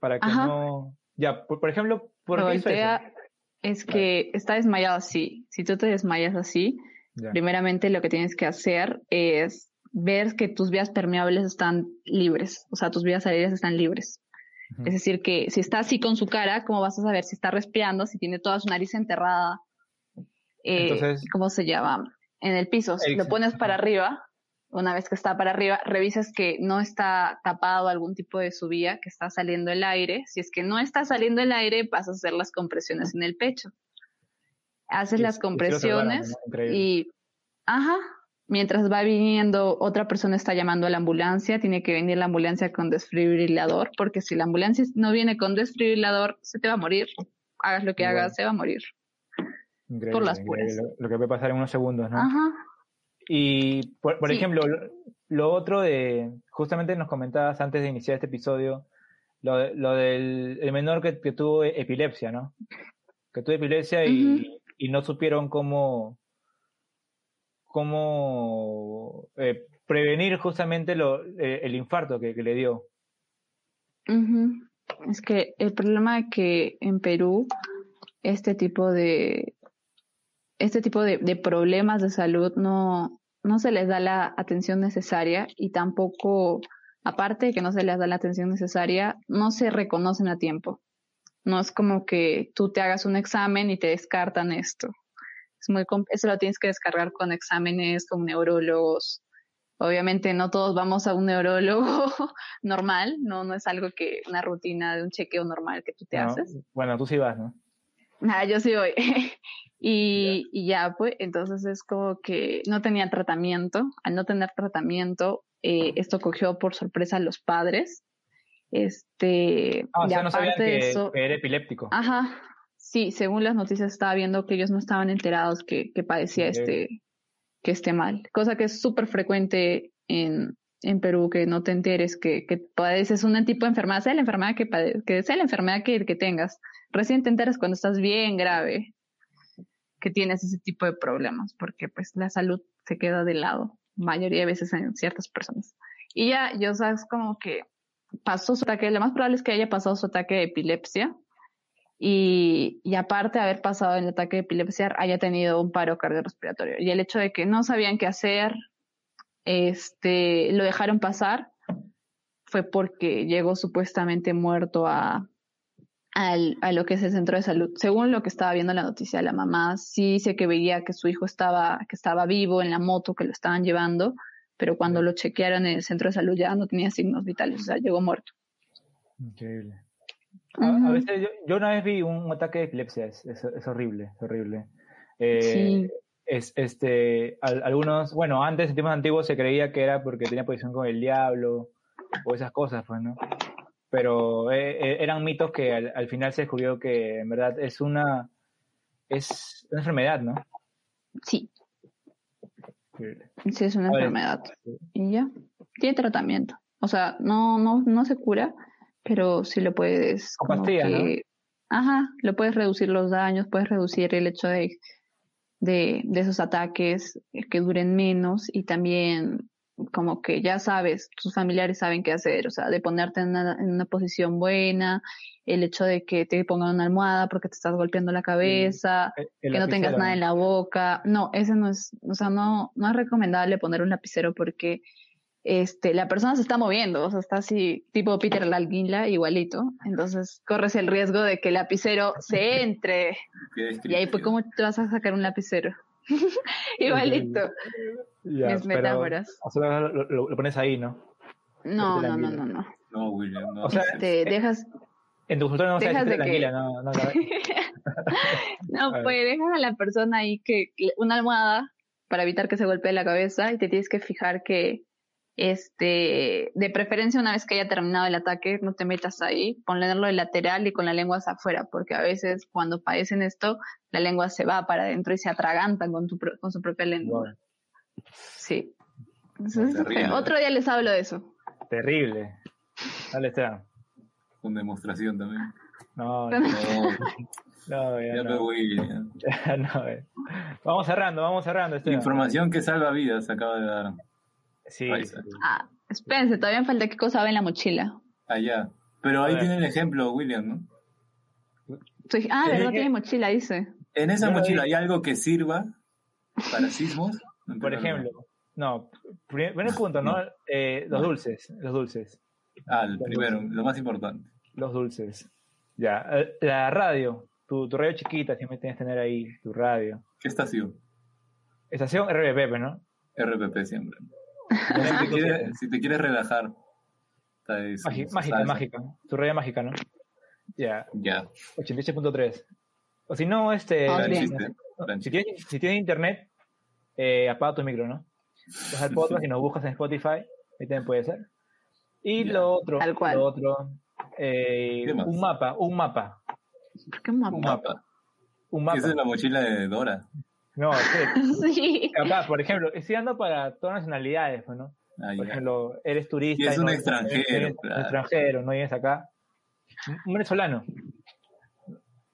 S2: Para que
S4: Ajá.
S2: no. Ya, por, por ejemplo, ¿por
S4: Lo
S2: qué hizo eso?
S4: voltea es que está desmayado así. Si tú te desmayas así,
S2: Ya.
S4: primeramente lo que tienes que hacer es ver que tus vías permeables están libres, o sea, tus vías aéreas están libres.
S2: Ujú.
S4: Es decir, que si está así con su cara, ¿cómo vas a saber si está respirando, si tiene toda su nariz enterrada? eh,
S2: Entonces-
S4: ¿Cómo se llama? En el piso. Si
S2: Erickson,
S4: Lo pones para
S2: ajá.
S4: arriba. Una vez que está para arriba, revisas que no está tapado algún tipo de subida, que está saliendo el aire. Si es que no está saliendo el aire, vas a hacer las compresiones en el pecho. Haces
S2: Y- y
S4: las
S2: sí lo salvaron,
S4: compresiones
S2: ¿no? Increíble.
S4: y, ajá, mientras va viniendo, otra persona está llamando a la ambulancia, tiene que venir la ambulancia con desfibrilador, porque si la ambulancia no viene con desfibrilador, se te va a morir. Hagas lo que
S2: Igual.
S4: hagas, se va a morir.
S2: Increíble,
S4: por las
S2: increíble
S4: puras.
S2: Lo, lo que puede pasar en unos segundos, ¿no?
S4: Ajá.
S2: Y, por, por
S4: Sí.
S2: ejemplo, lo, lo otro de, justamente nos comentabas antes de iniciar este episodio, lo, de- lo del el menor que, que tuvo e-, epilepsia, ¿no? Que tuvo epilepsia y, y no supieron cómo, cómo eh, prevenir justamente lo, eh, el infarto que, que le dio.
S4: Ujú. Es que el problema es que en Perú este tipo de este tipo de, de problemas de salud no, no se les da la atención necesaria y tampoco, aparte de que no se les da la atención necesaria, no se reconocen a tiempo. No es como que tú te hagas un examen y te descartan esto. Es muy com- eso lo tienes que descargar con exámenes, con neurólogos. Obviamente no todos vamos a un neurólogo normal, no, no es algo que una rutina de un chequeo normal que tú te
S2: ¿no?
S4: haces.
S2: Bueno, tú sí vas, ¿no?
S4: Ah, yo sí voy. y, y ya, pues, entonces es como que no tenía tratamiento. Al no tener tratamiento, eh, esto cogió por sorpresa a los padres. Este,
S2: Ah, o
S4: y
S2: sea, no sabían
S4: aparte de
S2: que,
S4: eso, Ah.
S2: que era epiléptico.
S4: ajá, sí, según las noticias estaba viendo que ellos no estaban enterados que, que padecía
S2: Ok.
S4: este, que esté mal. Cosa que es súper frecuente en, en Perú, que no te enteres que, que padeces un tipo de enfermedad, sea la enfermedad que pade- que sea la enfermedad que, que tengas. Recién te enteras cuando estás bien grave que tienes ese tipo de problemas, porque pues la salud se queda de lado, mayoría de veces en ciertas personas. Y ya, yo sabes como que pasó su ataque, lo más probable es que haya pasado su ataque de epilepsia. Y, y aparte de haber pasado el ataque de epilepsia, haya tenido un paro cardiorrespiratorio. Y el hecho de que no sabían qué hacer, este, lo dejaron pasar, fue porque llegó supuestamente muerto a, al- a lo que es el centro de salud. Según lo que estaba viendo en la noticia, la mamá sí dice que veía que su hijo estaba, que estaba vivo en la moto que lo estaban llevando, pero cuando lo chequearon en el centro de salud ya no tenía signos vitales, o sea, llegó muerto.
S2: Increíble. A, a
S4: Ujú.
S2: veces yo, yo una vez vi un ataque de epilepsia, es, es- es horrible, es horrible. Eh,
S4: Sí.
S2: es, este, al- algunos, bueno, antes en tiempos antiguos se creía que era porque tenía posición con el diablo o esas cosas, pues, ¿no? Pero eh, eh, eran mitos que al, al final se descubrió que en verdad es una, es una enfermedad, ¿no?
S4: Sí, Sí, es una
S2: A ver.
S4: enfermedad. Y ya. Tiene tratamiento. O sea, no, no, no se cura, pero sí lo puedes.
S2: Con
S4: como
S2: pastillas, ¿no?
S4: que- Ajá, lo puedes reducir los daños, puedes reducir el hecho de, de, de esos ataques eh, que duren menos y también como que ya sabes, tus familiares saben qué hacer, o sea, de ponerte en una, en una posición buena, el hecho de que te pongan una almohada porque te estás golpeando la cabeza,
S2: El- el
S4: que no tengas
S2: lapicero,
S4: nada en la boca. No, ese no es, o sea, no, no es recomendable poner un lapicero porque este, la persona se está moviendo, o sea, está así, tipo Peter Lalguinla, igualito. Entonces, corres el riesgo de que el lapicero se entre. Y ahí, pues, ¿cómo te vas a sacar un lapicero? igualito.
S2: Ya,
S4: Mis
S2: pero-
S4: metáforas.
S2: o sea, lo, lo- lo pones ahí, ¿no?
S4: No, no, no, no, no.
S3: No, William, no.
S2: O sea,
S4: Este, dejas,
S2: En tu consultorio no vas a
S4: dejas
S2: decir
S4: de que-
S2: tranquila, no, no, no.
S4: No,
S2: A ver.
S4: pues dejas a la persona ahí que que- una almohada para evitar que se golpee la cabeza y te tienes que fijar que este de preferencia una vez que haya terminado el ataque no te metas ahí, ponerlo de lateral y con la lengua hacia afuera, porque a veces cuando padecen esto la lengua se va para adentro y se atragantan con tu pro- con su propia lengua.
S2: Bueno,
S4: Sí. Entonces, es
S3: Terrible.
S4: feo. Otro día les hablo de eso.
S2: terrible. Dale, Esteban.
S3: Con demostración también.
S2: No, no,
S4: Pero-
S3: No,
S2: ya
S3: ya
S2: no.
S3: me voy, William.
S2: Ya no, eh. Vamos cerrando, vamos cerrando, Esteban.
S3: Información que salva vidas acaba de dar.
S2: Sí,
S3: Ahí
S2: sí.
S3: está.
S4: Ah, espérense, todavía falta qué cosa va en la mochila.
S3: Allá. Pero ahí
S2: A ver.
S3: tiene el ejemplo, William, ¿no?
S4: Soy- ah,
S2: Sí,
S4: verdad,
S2: que-
S4: tiene mochila, dice.
S3: En esa
S2: Yo lo
S3: mochila
S2: vi.
S3: hay algo que sirva para sismos. En
S2: Por
S3: primer lugar.
S2: ejemplo, no, pri- primer punto, ¿no? Eh, los dulces, los dulces,
S3: Ah, el primero, lo más importante.
S2: los dulces. Ya, eh, la radio, tu, tu radio chiquita, siempre tienes que tener ahí tu radio.
S3: ¿Qué estación?
S2: Estación RBP, ¿no?
S3: RPP siempre. Si te quieres, si te quieres relajar. está ahí,
S2: Mági-
S3: su- su
S2: mágica,
S3: salsa.
S2: mágica. Tu radio mágica, ¿no? Ya,
S3: Ya,
S2: 88.3. O si no, este...
S4: Ah,
S3: gran
S4: bien.
S3: chiste. gran
S2: Si
S3: chiste.
S2: tienes, si tienes internet, eh, apaga tu micro, ¿no? Vas al podcast y nos buscas en Spotify, ahí también puede ser. Y
S3: Ya.
S2: lo otro,
S4: Tal cual.
S2: lo otro, eh,
S3: ¿Qué más?
S2: un mapa, un mapa,
S4: ¿Qué mapa?
S2: un
S3: mapa.
S2: mapa, un
S3: Esa es
S2: mapa.
S3: la mochila de Dora.
S2: No, sí,
S4: Sí.
S2: capaz, por ejemplo, estoy dando para todas las nacionalidades, pues, ¿no?
S3: Ah,
S2: Por
S3: ya.
S2: ejemplo, eres turista.
S3: Y es un
S2: no-
S3: extranjero,
S2: no vienes-
S3: claro.
S2: Un extranjero, no vienes acá. Un- Un venezolano.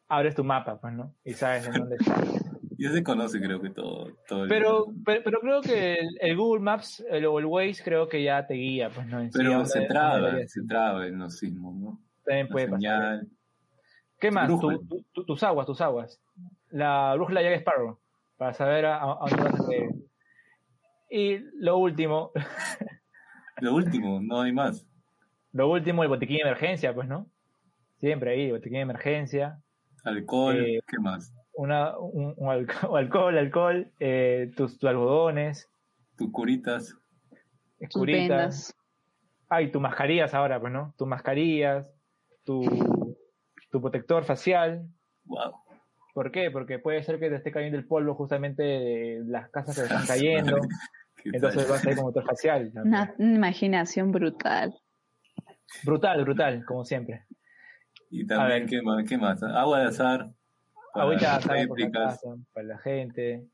S2: Abres tu mapa, pues, ¿no? Y sabes en dónde estás.
S3: Ya se conoce, creo que todo. todo el-
S2: Pero, pero, pero creo que el, el Google Maps el- o el, Waze creo que ya te guía, pues no. En sí, a
S3: Pero
S2: dónde-
S3: se
S2: dónde
S3: traba,
S2: deberías
S3: se
S2: ir.
S3: traba en los sismos, ¿no?
S2: También
S3: La
S2: puede pasar.
S3: señal.
S2: ¿Qué más?
S3: brújula.
S2: Tu- tu- tu- tus aguas, tus aguas. La brújula Jack Sparrow, para saber a, a- a dónde vas a caer. Y lo último,
S3: Lo último, no hay más.
S2: lo último, el botiquín de emergencia, pues, ¿no? Siempre ahí, botiquín de emergencia,
S3: Alcohol,
S2: Eh,
S3: ¿qué más?
S2: una, un, un alco- alcohol, alcohol, eh, tus, tus algodones,
S3: Tus curitas.
S4: Sus
S2: escuritas.
S4: vendas.
S2: Ay, Ah, tus mascarillas ahora, pues, ¿no? Tus mascarillas, tu, tu protector facial.
S3: Wow.
S2: ¿Por qué? Porque puede ser que te esté cayendo el polvo justamente de las casas que están cayendo.
S3: ¿Qué
S2: Entonces
S3: tal?
S2: vas a ir como protector facial. también.
S4: Una imaginación brutal.
S2: Brutal, brutal, como siempre.
S3: Y
S2: A
S3: también,
S2: ver.
S3: ¿qué más? ¿qué más? Agua de azar. para
S2: Ahorita
S3: Ah, las
S2: saben por la
S3: réplicas.
S2: casa, para la gente.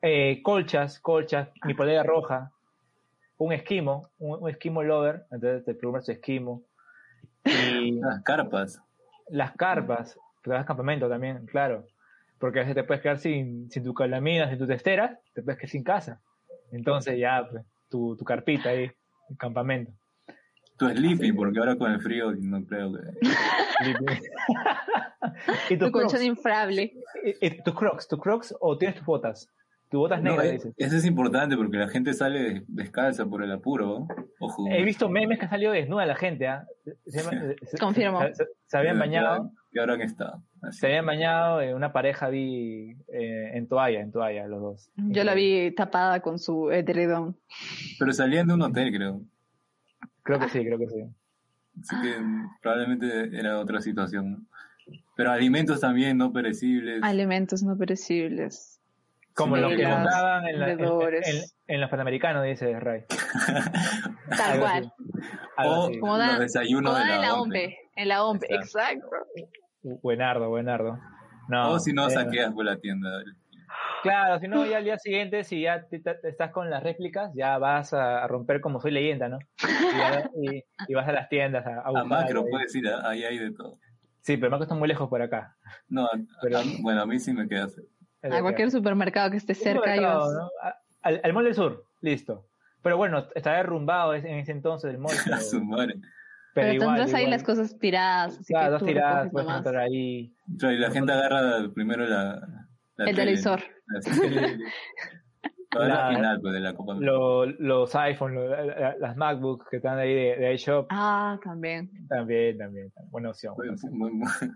S2: Eh, colchas, colchas, mi polera roja. Un esquimo, un, un esquimo lover. Entonces te plumas tu esquimo. Y
S3: Las Ah, carpas.
S2: las carpas, que vas campamento también, claro. Porque a veces te puedes quedar sin, sin tu calamina, sin tu testera, te puedes quedar sin casa. Entonces ya, pues, tu, tu carpita ahí, el campamento.
S3: Tu sleeping, porque ahora con el frío no creo que.
S2: y, tus
S4: Tu
S2: crocs,
S4: colchón inflable.
S2: y- y tus crocs, tus crocs o tienes tus botas. Tus botas
S3: No,
S2: negras,
S3: eh,
S2: dices.
S3: eso es importante porque la gente sale des- descalza por el apuro. ¿no? Ojo.
S2: He visto memes que han salido desnuda la gente, ¿ah? Se- se- se-
S4: Confirmo.
S2: Se, se- se habían bañado,
S3: Que habrán estado. Así.
S2: se habían bañado, eh, una pareja vi eh, en toalla, en toalla los dos.
S4: Yo la vi tapada con su eh, edredón.
S3: Pero salían de un hotel, creo.
S2: Creo que sí, creo que sí.
S3: Así que mm, probablemente era otra situación. ¿no? Pero alimentos también no perecibles.
S4: Alimentos no perecibles.
S2: Como los que
S4: Velas,
S2: compraban en, la- en-
S4: vendedores.
S2: en- en los panamericanos, dice Ray.
S4: Tal
S2: Algo
S4: cual.
S2: Algo
S3: O-
S2: así.
S4: Como dan,
S3: Los desayunos
S4: como
S3: de
S4: dan en
S3: la
S4: la
S3: OMPE.
S4: OMPE. En la OMPE, exacto.
S2: Uh, Buenardo, buenardo. No,
S3: o si no,
S2: eh,
S3: saqueas por la tienda.
S2: Claro, si no, ya al día siguiente, si ya te- te- estás con las réplicas, ya vas a a romper como soy leyenda, ¿no? Y, ya- y- y vas a las tiendas a, a
S3: A
S2: buscar
S3: macro pues.
S2: algo ahí.
S3: puedes ir, a- ah, ahí hay de todo.
S2: Sí, pero Macro está muy lejos por acá.
S3: No, a- a- bueno, a mí sí me queda cerca.
S4: A cualquier supermercado que esté cerca. y
S2: Supermercado,
S4: vas-
S2: ¿no? A- Al, al Mall del Sur, listo. Pero bueno, está derrumbado es- en ese entonces el mall. Pero,
S4: Pero,
S2: igual,
S4: tendrás ahí
S2: igual.
S4: las cosas tiradas. Así
S2: Claro,
S4: que
S2: dos
S4: tú
S2: tiradas,
S4: recoges
S2: puedes
S4: nomás.
S2: encontrar ahí.
S3: Claro, y la gente agarra primero la. la
S4: El
S3: tele.
S4: televisor.
S3: La tele. Toda la,
S2: La-
S3: final pues, de la Copa América.
S2: lo- los iPhones, lo- la- la- las MacBooks que están ahí de, de iShop,
S4: Ah, también.
S2: también, también, también. Buena opción. buena opción.
S3: Muy- muy-
S2: ¿Qué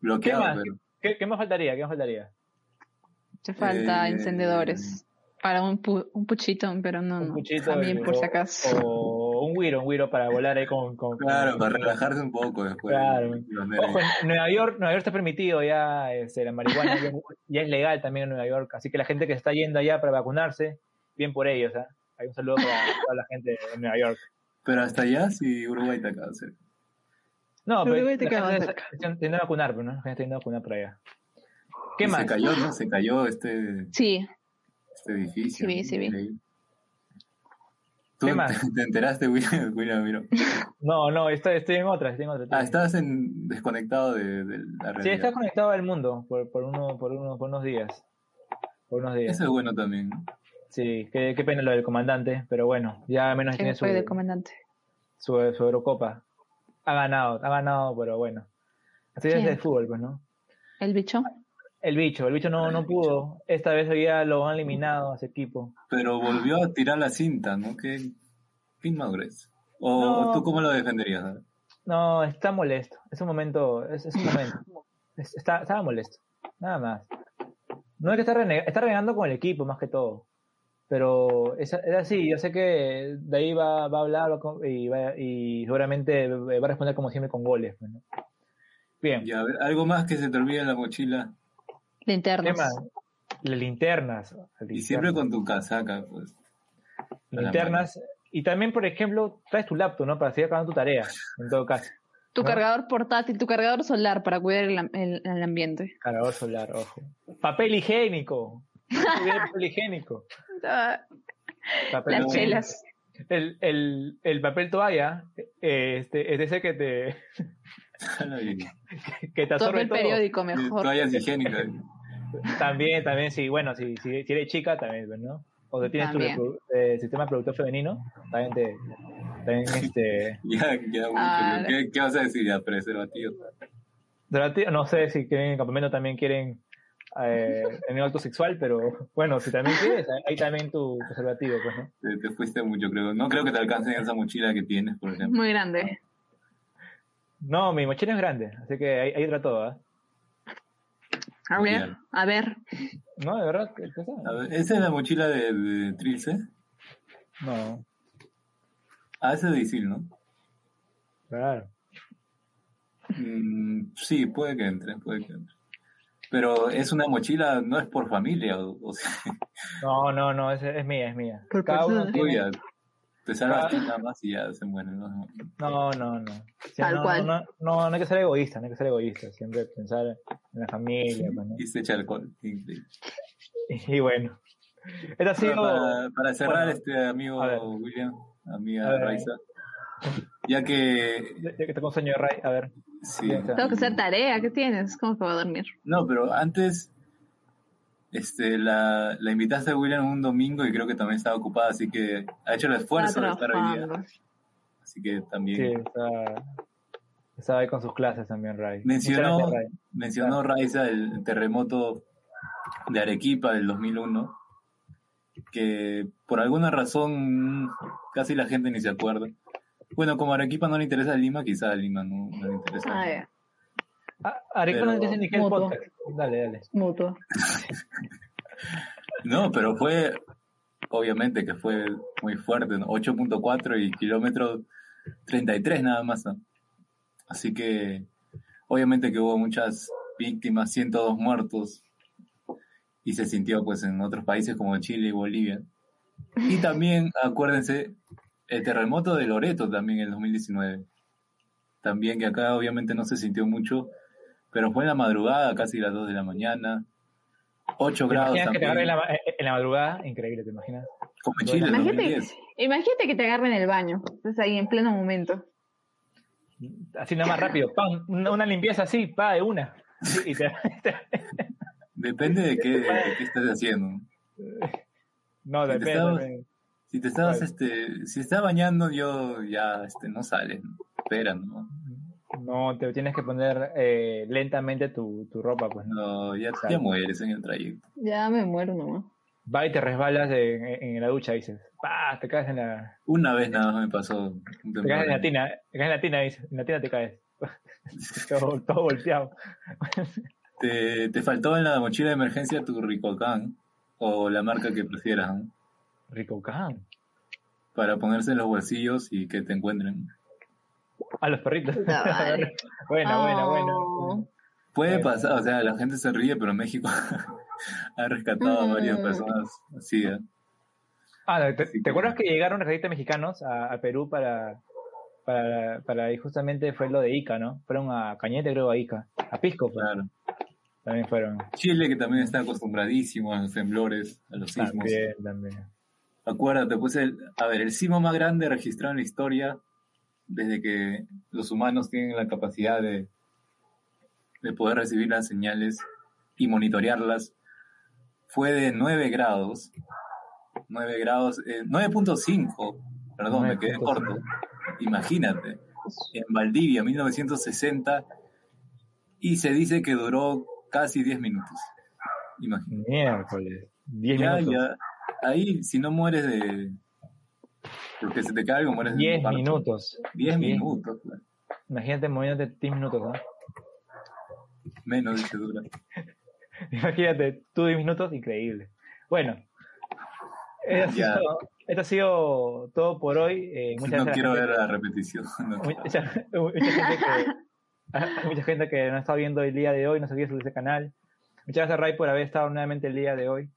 S3: bloqueado,
S2: más?
S3: pero.
S2: ¿Qué, qué más faltaría? ¿Qué más faltaría?
S4: Te falta
S3: Eh,
S4: encendedores. Para un, pu- un puchito, pero no, no.
S2: Puchito,
S4: Mm, También, por
S2: o-
S4: si acaso.
S2: O un Wiro, un Wiro para volar ahí con. con-
S3: Claro,
S2: con-
S3: para relajarse un poco después.
S2: Claro.
S3: Los nervios.
S2: Ojo, en Nueva York, Nueva York está permitido ya, este, la marihuana ya, ya es legal también en Nueva York, así que la gente que está yendo allá para vacunarse, bien por ellos, ¿ah? Hay un saludo para toda la gente en Nueva York.
S3: Pero hasta allá sí, Uruguay está acá cerca.
S2: No,
S4: Pero
S2: pero
S4: igual te
S2: la
S4: quedas
S2: gente
S4: cerca.
S2: está yendo a vacunar, pero ¿no? La gente está yendo a vacunar por allá. ¿Qué
S3: Y
S2: más?
S3: Se cayó, ¿no? Se cayó este,
S4: Sí,
S3: este edificio.
S4: Sí vi, sí vi.
S3: Increíble. ¿Tú
S2: ¿Qué
S3: te-
S2: más?
S3: te enteraste, William? William, mira.
S2: No, no, estoy, estoy en otra, estoy en otra.
S3: Ah, estabas en- desconectado de, de la realidad.
S2: Sí, estás conectado al mundo por, por, uno, por, uno, por unos días. Por unos días.
S3: Eso es bueno también. ¿no?
S2: Sí, qué, qué pena lo del comandante, pero bueno, ya al menos
S4: que
S2: tiene su,
S4: fue de comandante.
S2: su, su Eurocopa. Ha ganado, ha ganado, pero bueno. Así es
S4: ¿Quién?
S2: el fútbol, pues, ¿no?
S4: El bicho.
S2: El bicho, el bicho no, no pudo. Esta vez ya lo han eliminado a ese equipo.
S3: Pero volvió a tirar la cinta, ¿no? Qué fin madurez. O,
S2: No.
S3: o tú cómo lo defenderías? a ver?
S2: No, está molesto. Es un momento, es, es un momento. Es- está, estaba molesto, nada más. No es que está, reneg- está renegando con el equipo, más que todo. Pero es, es así, yo sé que de ahí va, va a hablar va a con- y, va- y seguramente va a responder como siempre con goles. pues, ¿no? Bien.
S3: Y a ver, algo más que se te olvide en la mochila.
S4: Linternas.
S2: Tema, las linternas. las
S3: Y siempre
S2: linternas.
S3: con tu casaca, pues. a la
S2: linternas. Y también, por ejemplo, traes tu laptop, ¿no? Para seguir acabando tu tarea, en todo caso.
S4: Tu
S2: ¿no?
S4: cargador portátil, tu cargador solar para cuidar el, am- el- el ambiente.
S2: Cargador solar, ojo. Papel higiénico. Muy bien, papel higiénico.
S4: Ah,
S2: Papel
S4: Las
S2: higiénico.
S4: chelas.
S2: El, el, el papel toalla eh, este, es ese que te,
S3: mano. Y-
S2: que te
S4: Toma
S2: absorbe
S4: el
S2: todo.
S4: periódico
S3: y
S4: mejor.
S3: Toallas higiénicas.
S2: También, también, sí. Bueno, si, si, si eres chica, también, pues, ¿no? O si tienes tu
S4: También.
S2: reprodu- eh, sistema productor femenino, también te... También, este...
S3: Ya, ya, mucho.
S4: Ah,
S3: ¿Qué, qué vas a decir? Ya, preservativo.
S2: Durante- no sé si quieren en el campamento también quieren eh, tener acto sexual, pero bueno, si también quieres, ahí- ahí también tu preservativo, pues, ¿no?
S3: Te, te fuiste mucho, creo. No creo que te alcancen esa mochila que tienes, por ejemplo.
S4: Muy grande.
S2: No, mi mochila es grande, así que ahí, ahí entra todo, ¿ah?
S4: A ver,
S3: Bien.
S4: a ver.
S2: No, de verdad, ¿qué- qué
S3: A
S2: sabe?
S3: ver, ¿Esa es la mochila de, de Trilce?
S2: No,
S3: Ah, esa es de Isil, ¿no?
S2: claro.
S3: Mm, sí, puede que entre, puede que entre. Pero es una mochila, no es por familia, o, o sea,
S2: No, no, no, es, es mía, es mía.
S4: Por
S2: Cada uno
S4: persona.
S2: tiene-
S3: tuya. Te salvas tú nada más y ya se mueren. ¿no?
S2: No, no, no. O sea,
S4: Tal
S2: no,
S4: cual.
S2: No, no, no, no hay que ser egoísta, no hay que ser egoísta. Siempre pensar en la familia, pues, ¿no?
S3: Y se echa alcohol. Increíble.
S2: Y, bueno. Esto ha sido...
S3: Bueno, para, para cerrar,
S2: bueno,
S3: este amigo
S2: a ver.
S3: William,
S2: A
S3: amiga
S2: ver.
S3: Raiza, ya que.
S2: Ya ya que tengo un sueño de Ray, a ver.
S3: Sí.
S2: Ya está.
S4: Tengo que hacer tarea. ¿Qué tienes? ¿Cómo que voy a dormir?
S3: No, pero antes este, la, la invitaste a William un domingo y creo que también estaba ocupada, así que ha hecho el esfuerzo de
S4: Estaba
S3: estar hoy día.
S4: trabajando.
S3: Así que
S2: Sí,
S3: también
S2: estaba, estaba ahí con sus clases también, Ray.
S3: mencionó,
S2: Muchas gracias, Ray.
S3: mencionó Raiza el terremoto de Arequipa del 2001, que por alguna razón casi la gente ni se acuerda. Bueno, como a Arequipa no le interesa Lima, quizá a Lima no, no le interesa.
S4: Ah, ya.
S2: Ah, Arequipa
S3: Pero-
S2: no dice ni qué es
S4: Mutuo.
S2: podcast. Dale, dale.
S4: Mutuo.
S3: No, pero fue, obviamente que fue muy fuerte, ¿no? 8.4 y kilómetro 33 nada más. ¿no? Así que, obviamente que hubo muchas víctimas, 102 muertos, y se sintió pues en otros países como Chile y Bolivia. Y también, acuérdense, el terremoto de Loreto también en el 2019. También que acá obviamente no se sintió mucho, pero fue en la madrugada, casi las 2 de la mañana 8
S2: ¿Te
S3: grados
S2: imaginas que te agarre en
S3: también.
S2: la, ma- eh, en la madrugada? Increíble, ¿te imaginas?
S3: Como en Chile, en
S4: Imagínate,
S3: 2010.
S4: imagínate que te agarren en el baño. Estás ahí en pleno momento.
S2: Así nada más rápido, ¡pam! Una, una limpieza así, pa, de una. Sí, y te- te-
S3: Depende de qué, de qué estés haciendo.
S2: no,
S3: Si te
S2: depende.
S3: estabas-
S2: depende.
S3: Si te estabas,
S2: Vale.
S3: este, si estás bañando, yo ya, este, no sales. Espera, ¿no?
S2: No, te tienes que poner eh, lentamente tu, tu ropa, pues no.
S3: No, ya, ya mueres en el trayecto.
S4: Ya me muero nomás.
S2: Va y te resbalas en, en la ducha, dices. ¡Pah! Te caes en la,
S3: Una vez nada más me pasó un
S2: te caes
S3: temblor.
S2: en la tina, te caes en la tina, dices. En la tina te caes. todo, todo volteado.
S3: Te, te faltó en la mochila de emergencia tu Ricocán o la marca que prefieras ¿no?
S2: Ricocán.
S3: para ponerse en los bolsillos y que te encuentren.
S2: A los perritos.
S4: Puta madre.
S2: buena, buena, buena.
S4: Oh.
S3: Puede
S2: Bueno.
S3: pasar, o sea, la gente se ríe, pero México ha rescatado a varias
S4: Mm.
S3: personas así. ¿eh?
S2: Ah, ¿te,
S3: Así
S2: te
S3: que-
S2: acuerdas que llegaron rescatistas mexicanos a, a Perú para, para, para- y justamente fue lo de Ica, ¿no? Fueron a Cañete, creo, a Ica. A Pisco, fue.
S3: Claro.
S2: también fueron.
S3: Chile, que también está acostumbradísimo a los temblores, a los sismos.
S2: También, también.
S3: Acuérdate, pues, el, a ver, el sismo más grande registrado en la historia desde que los humanos tienen la capacidad de, de poder recibir las señales y monitorearlas fue de 9 grados. 9 grados, eh, 9.5, perdón, me quedé
S2: 9.5.
S3: corto. Imagínate, en Valdivia, 1960, y se dice que duró casi 10 minutos. Imagínate.
S2: Miércoles. 10
S3: Ya,
S2: minutos.
S3: ya. Ahí, si no mueres de. Porque se te cae algo, mueres de.
S2: 10
S3: infarto.
S2: minutos.
S3: 10
S2: Diez.
S3: minutos, claro.
S2: Imagínate moviéndote 10 minutos, ¿no?
S3: menos dice dura.
S2: Imagínate, tú 10 minutos, increíble. Bueno, esto ha,
S3: Ya.
S2: sido, esto ha sido todo por hoy. Eh, muchas gracias a
S3: No
S2: la
S3: quiero
S2: gente-
S3: ver la repetición. no quiero.
S2: mucha, mucha gente que, mucha gente que nos está viendo el día de hoy, no se olvide de ese canal. Muchas gracias, Ray, por haber estado nuevamente el día de hoy.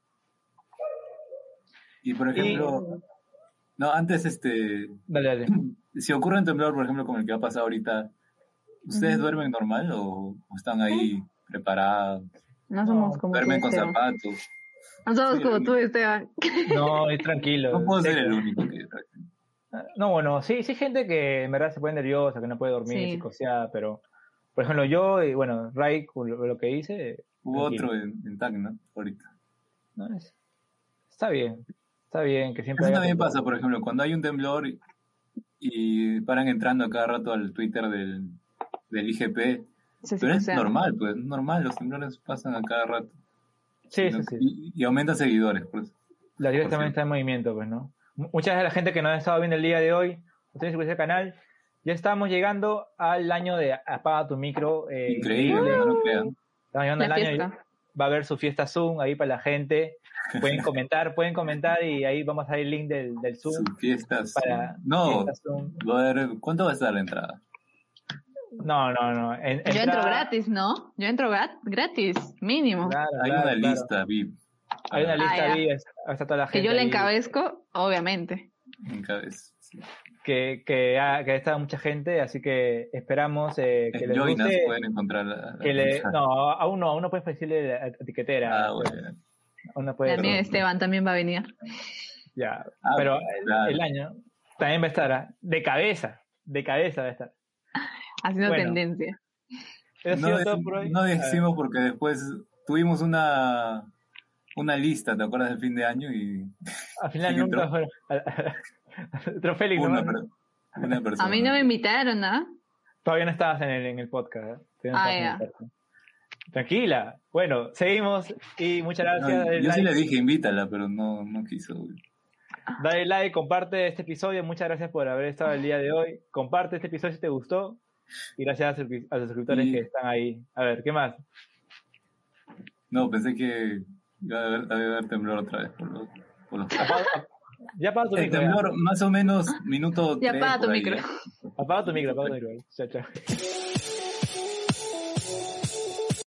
S3: Y por ejemplo, no, antes, este.
S2: Dale, dale.
S3: Si ocurre un temblor, por ejemplo, como el que ha pasado ahorita, ¿ustedes duermen normal o, o están ahí preparados?
S4: No somos como tú,
S3: ¿Duermen con
S4: Esteban.
S3: zapatos?
S4: No somos
S3: Sí,
S4: como
S3: no.
S4: tú, Esteban.
S2: No, es tranquilo.
S3: No puedo
S2: sé
S3: ser
S2: que-
S3: el único que.
S2: No, bueno, sí, sí hay gente que en verdad se pone nerviosa, que no puede dormir,
S4: Sí.
S2: psicoseada, pero por ejemplo yo, y bueno, Ray, con lo, lo que hice,
S3: Hubo
S2: Tranquilo.
S3: otro en, en Tacna, ahorita.
S2: no es- está bien, está bien, que siempre
S3: Eso
S2: haya
S3: también
S2: temblor.
S3: pasa, por ejemplo, cuando hay un temblor y- y paran entrando a cada rato al Twitter del, del IGP.
S4: Se
S3: Pero es
S4: psicosean.
S3: normal, pues, es normal, los temblores pasan a cada rato.
S2: Sí, sí, sí.
S3: Y, y aumentan seguidores, pues. por eso.
S2: La directamente también está en movimiento, pues, ¿no? Mu- Muchas gracias a la gente que nos ha estado viendo el día de hoy. Ustedes suscribirse al canal. Ya estamos llegando al año de Apaga tu micro. eh,
S3: Increíble, no lo crean.
S2: Estamos llegando al
S4: La
S2: año. y
S3: ¿eh?
S4: fiesta.
S2: Va a haber su fiesta Zoom ahí para la gente. Pueden comentar, pueden comentar y ahí vamos a dar el link del, del Zoom.
S3: Sus fiestas.
S2: Para
S3: No,
S2: fiesta Zoom.
S3: va a haber- ¿cuánto va a estar la entrada?
S2: No, no, no. En-
S4: Yo entro
S2: entrada-
S4: gratis, ¿no? Yo entro gra- gratis, mínimo.
S2: Claro,
S3: Hay
S2: claro,
S3: una
S2: claro.
S3: lista VIP.
S2: Hay una lista
S4: Ah, ya.
S2: ahí, es- ahí está toda la
S4: que
S2: gente.
S4: yo la
S2: ahí.
S4: encabezco, obviamente.
S3: En cabeza. sí.
S2: Que, que, ha, que ha estado mucha gente, así que esperamos eh, que
S3: En
S2: les
S3: Joinas
S2: guste.
S3: pueden encontrar la, la
S2: Que le,
S3: lista.
S2: no, aún no, aún no puedes decirle la etiquetera.
S3: Ah, bueno.
S2: Aún no puedes.
S4: La mía de Esteban también va a venir.
S2: Ya.
S3: Ah,
S2: Pero
S3: claro.
S2: el, el año también va a estar ¿ah? de cabeza. De cabeza va a estar.
S4: Haciendo
S2: Bueno.
S4: tendencia.
S2: Eso ha
S3: No,
S2: sido
S3: de-
S2: todo por hoy. Ah,
S3: no
S2: A ver,
S3: decimos porque después tuvimos una, una lista, ¿te acuerdas del fin de año? Y
S2: al final
S3: ¿quién
S2: nunca
S3: entró?
S2: fueron. Entró Félix, ¿no?
S3: una, per- una persona.
S4: A mí no me invitaron, ¿ah?
S2: Todavía no estabas en el, en el podcast. ¿eh? Todavía no estabas
S4: Ah,
S2: en el
S4: ya.
S2: podcast. Tranquila. Bueno, seguimos y muchas
S3: No,
S2: gracias. dale,
S3: yo sí
S2: like,
S3: le dije invítala, pero no, no quiso. güey.
S2: dale like, comparte este episodio. Muchas gracias por haber estado el día de hoy. Comparte este episodio si te gustó. Y gracias a, sus- a los suscriptores
S3: Y-
S2: que están ahí. A ver, ¿qué más?
S3: No, pensé que iba a haber, a haber temblor otra vez por los, por los-
S2: Ya apaga tu
S3: El
S2: micro. ya.
S3: temblor, más o menos, minuto
S4: Ya
S3: tres
S4: apaga
S3: por
S4: tu
S3: ahí,
S4: micro.
S3: ¿eh?
S2: Apaga tu micro, apaga tu micro. Chao, chao.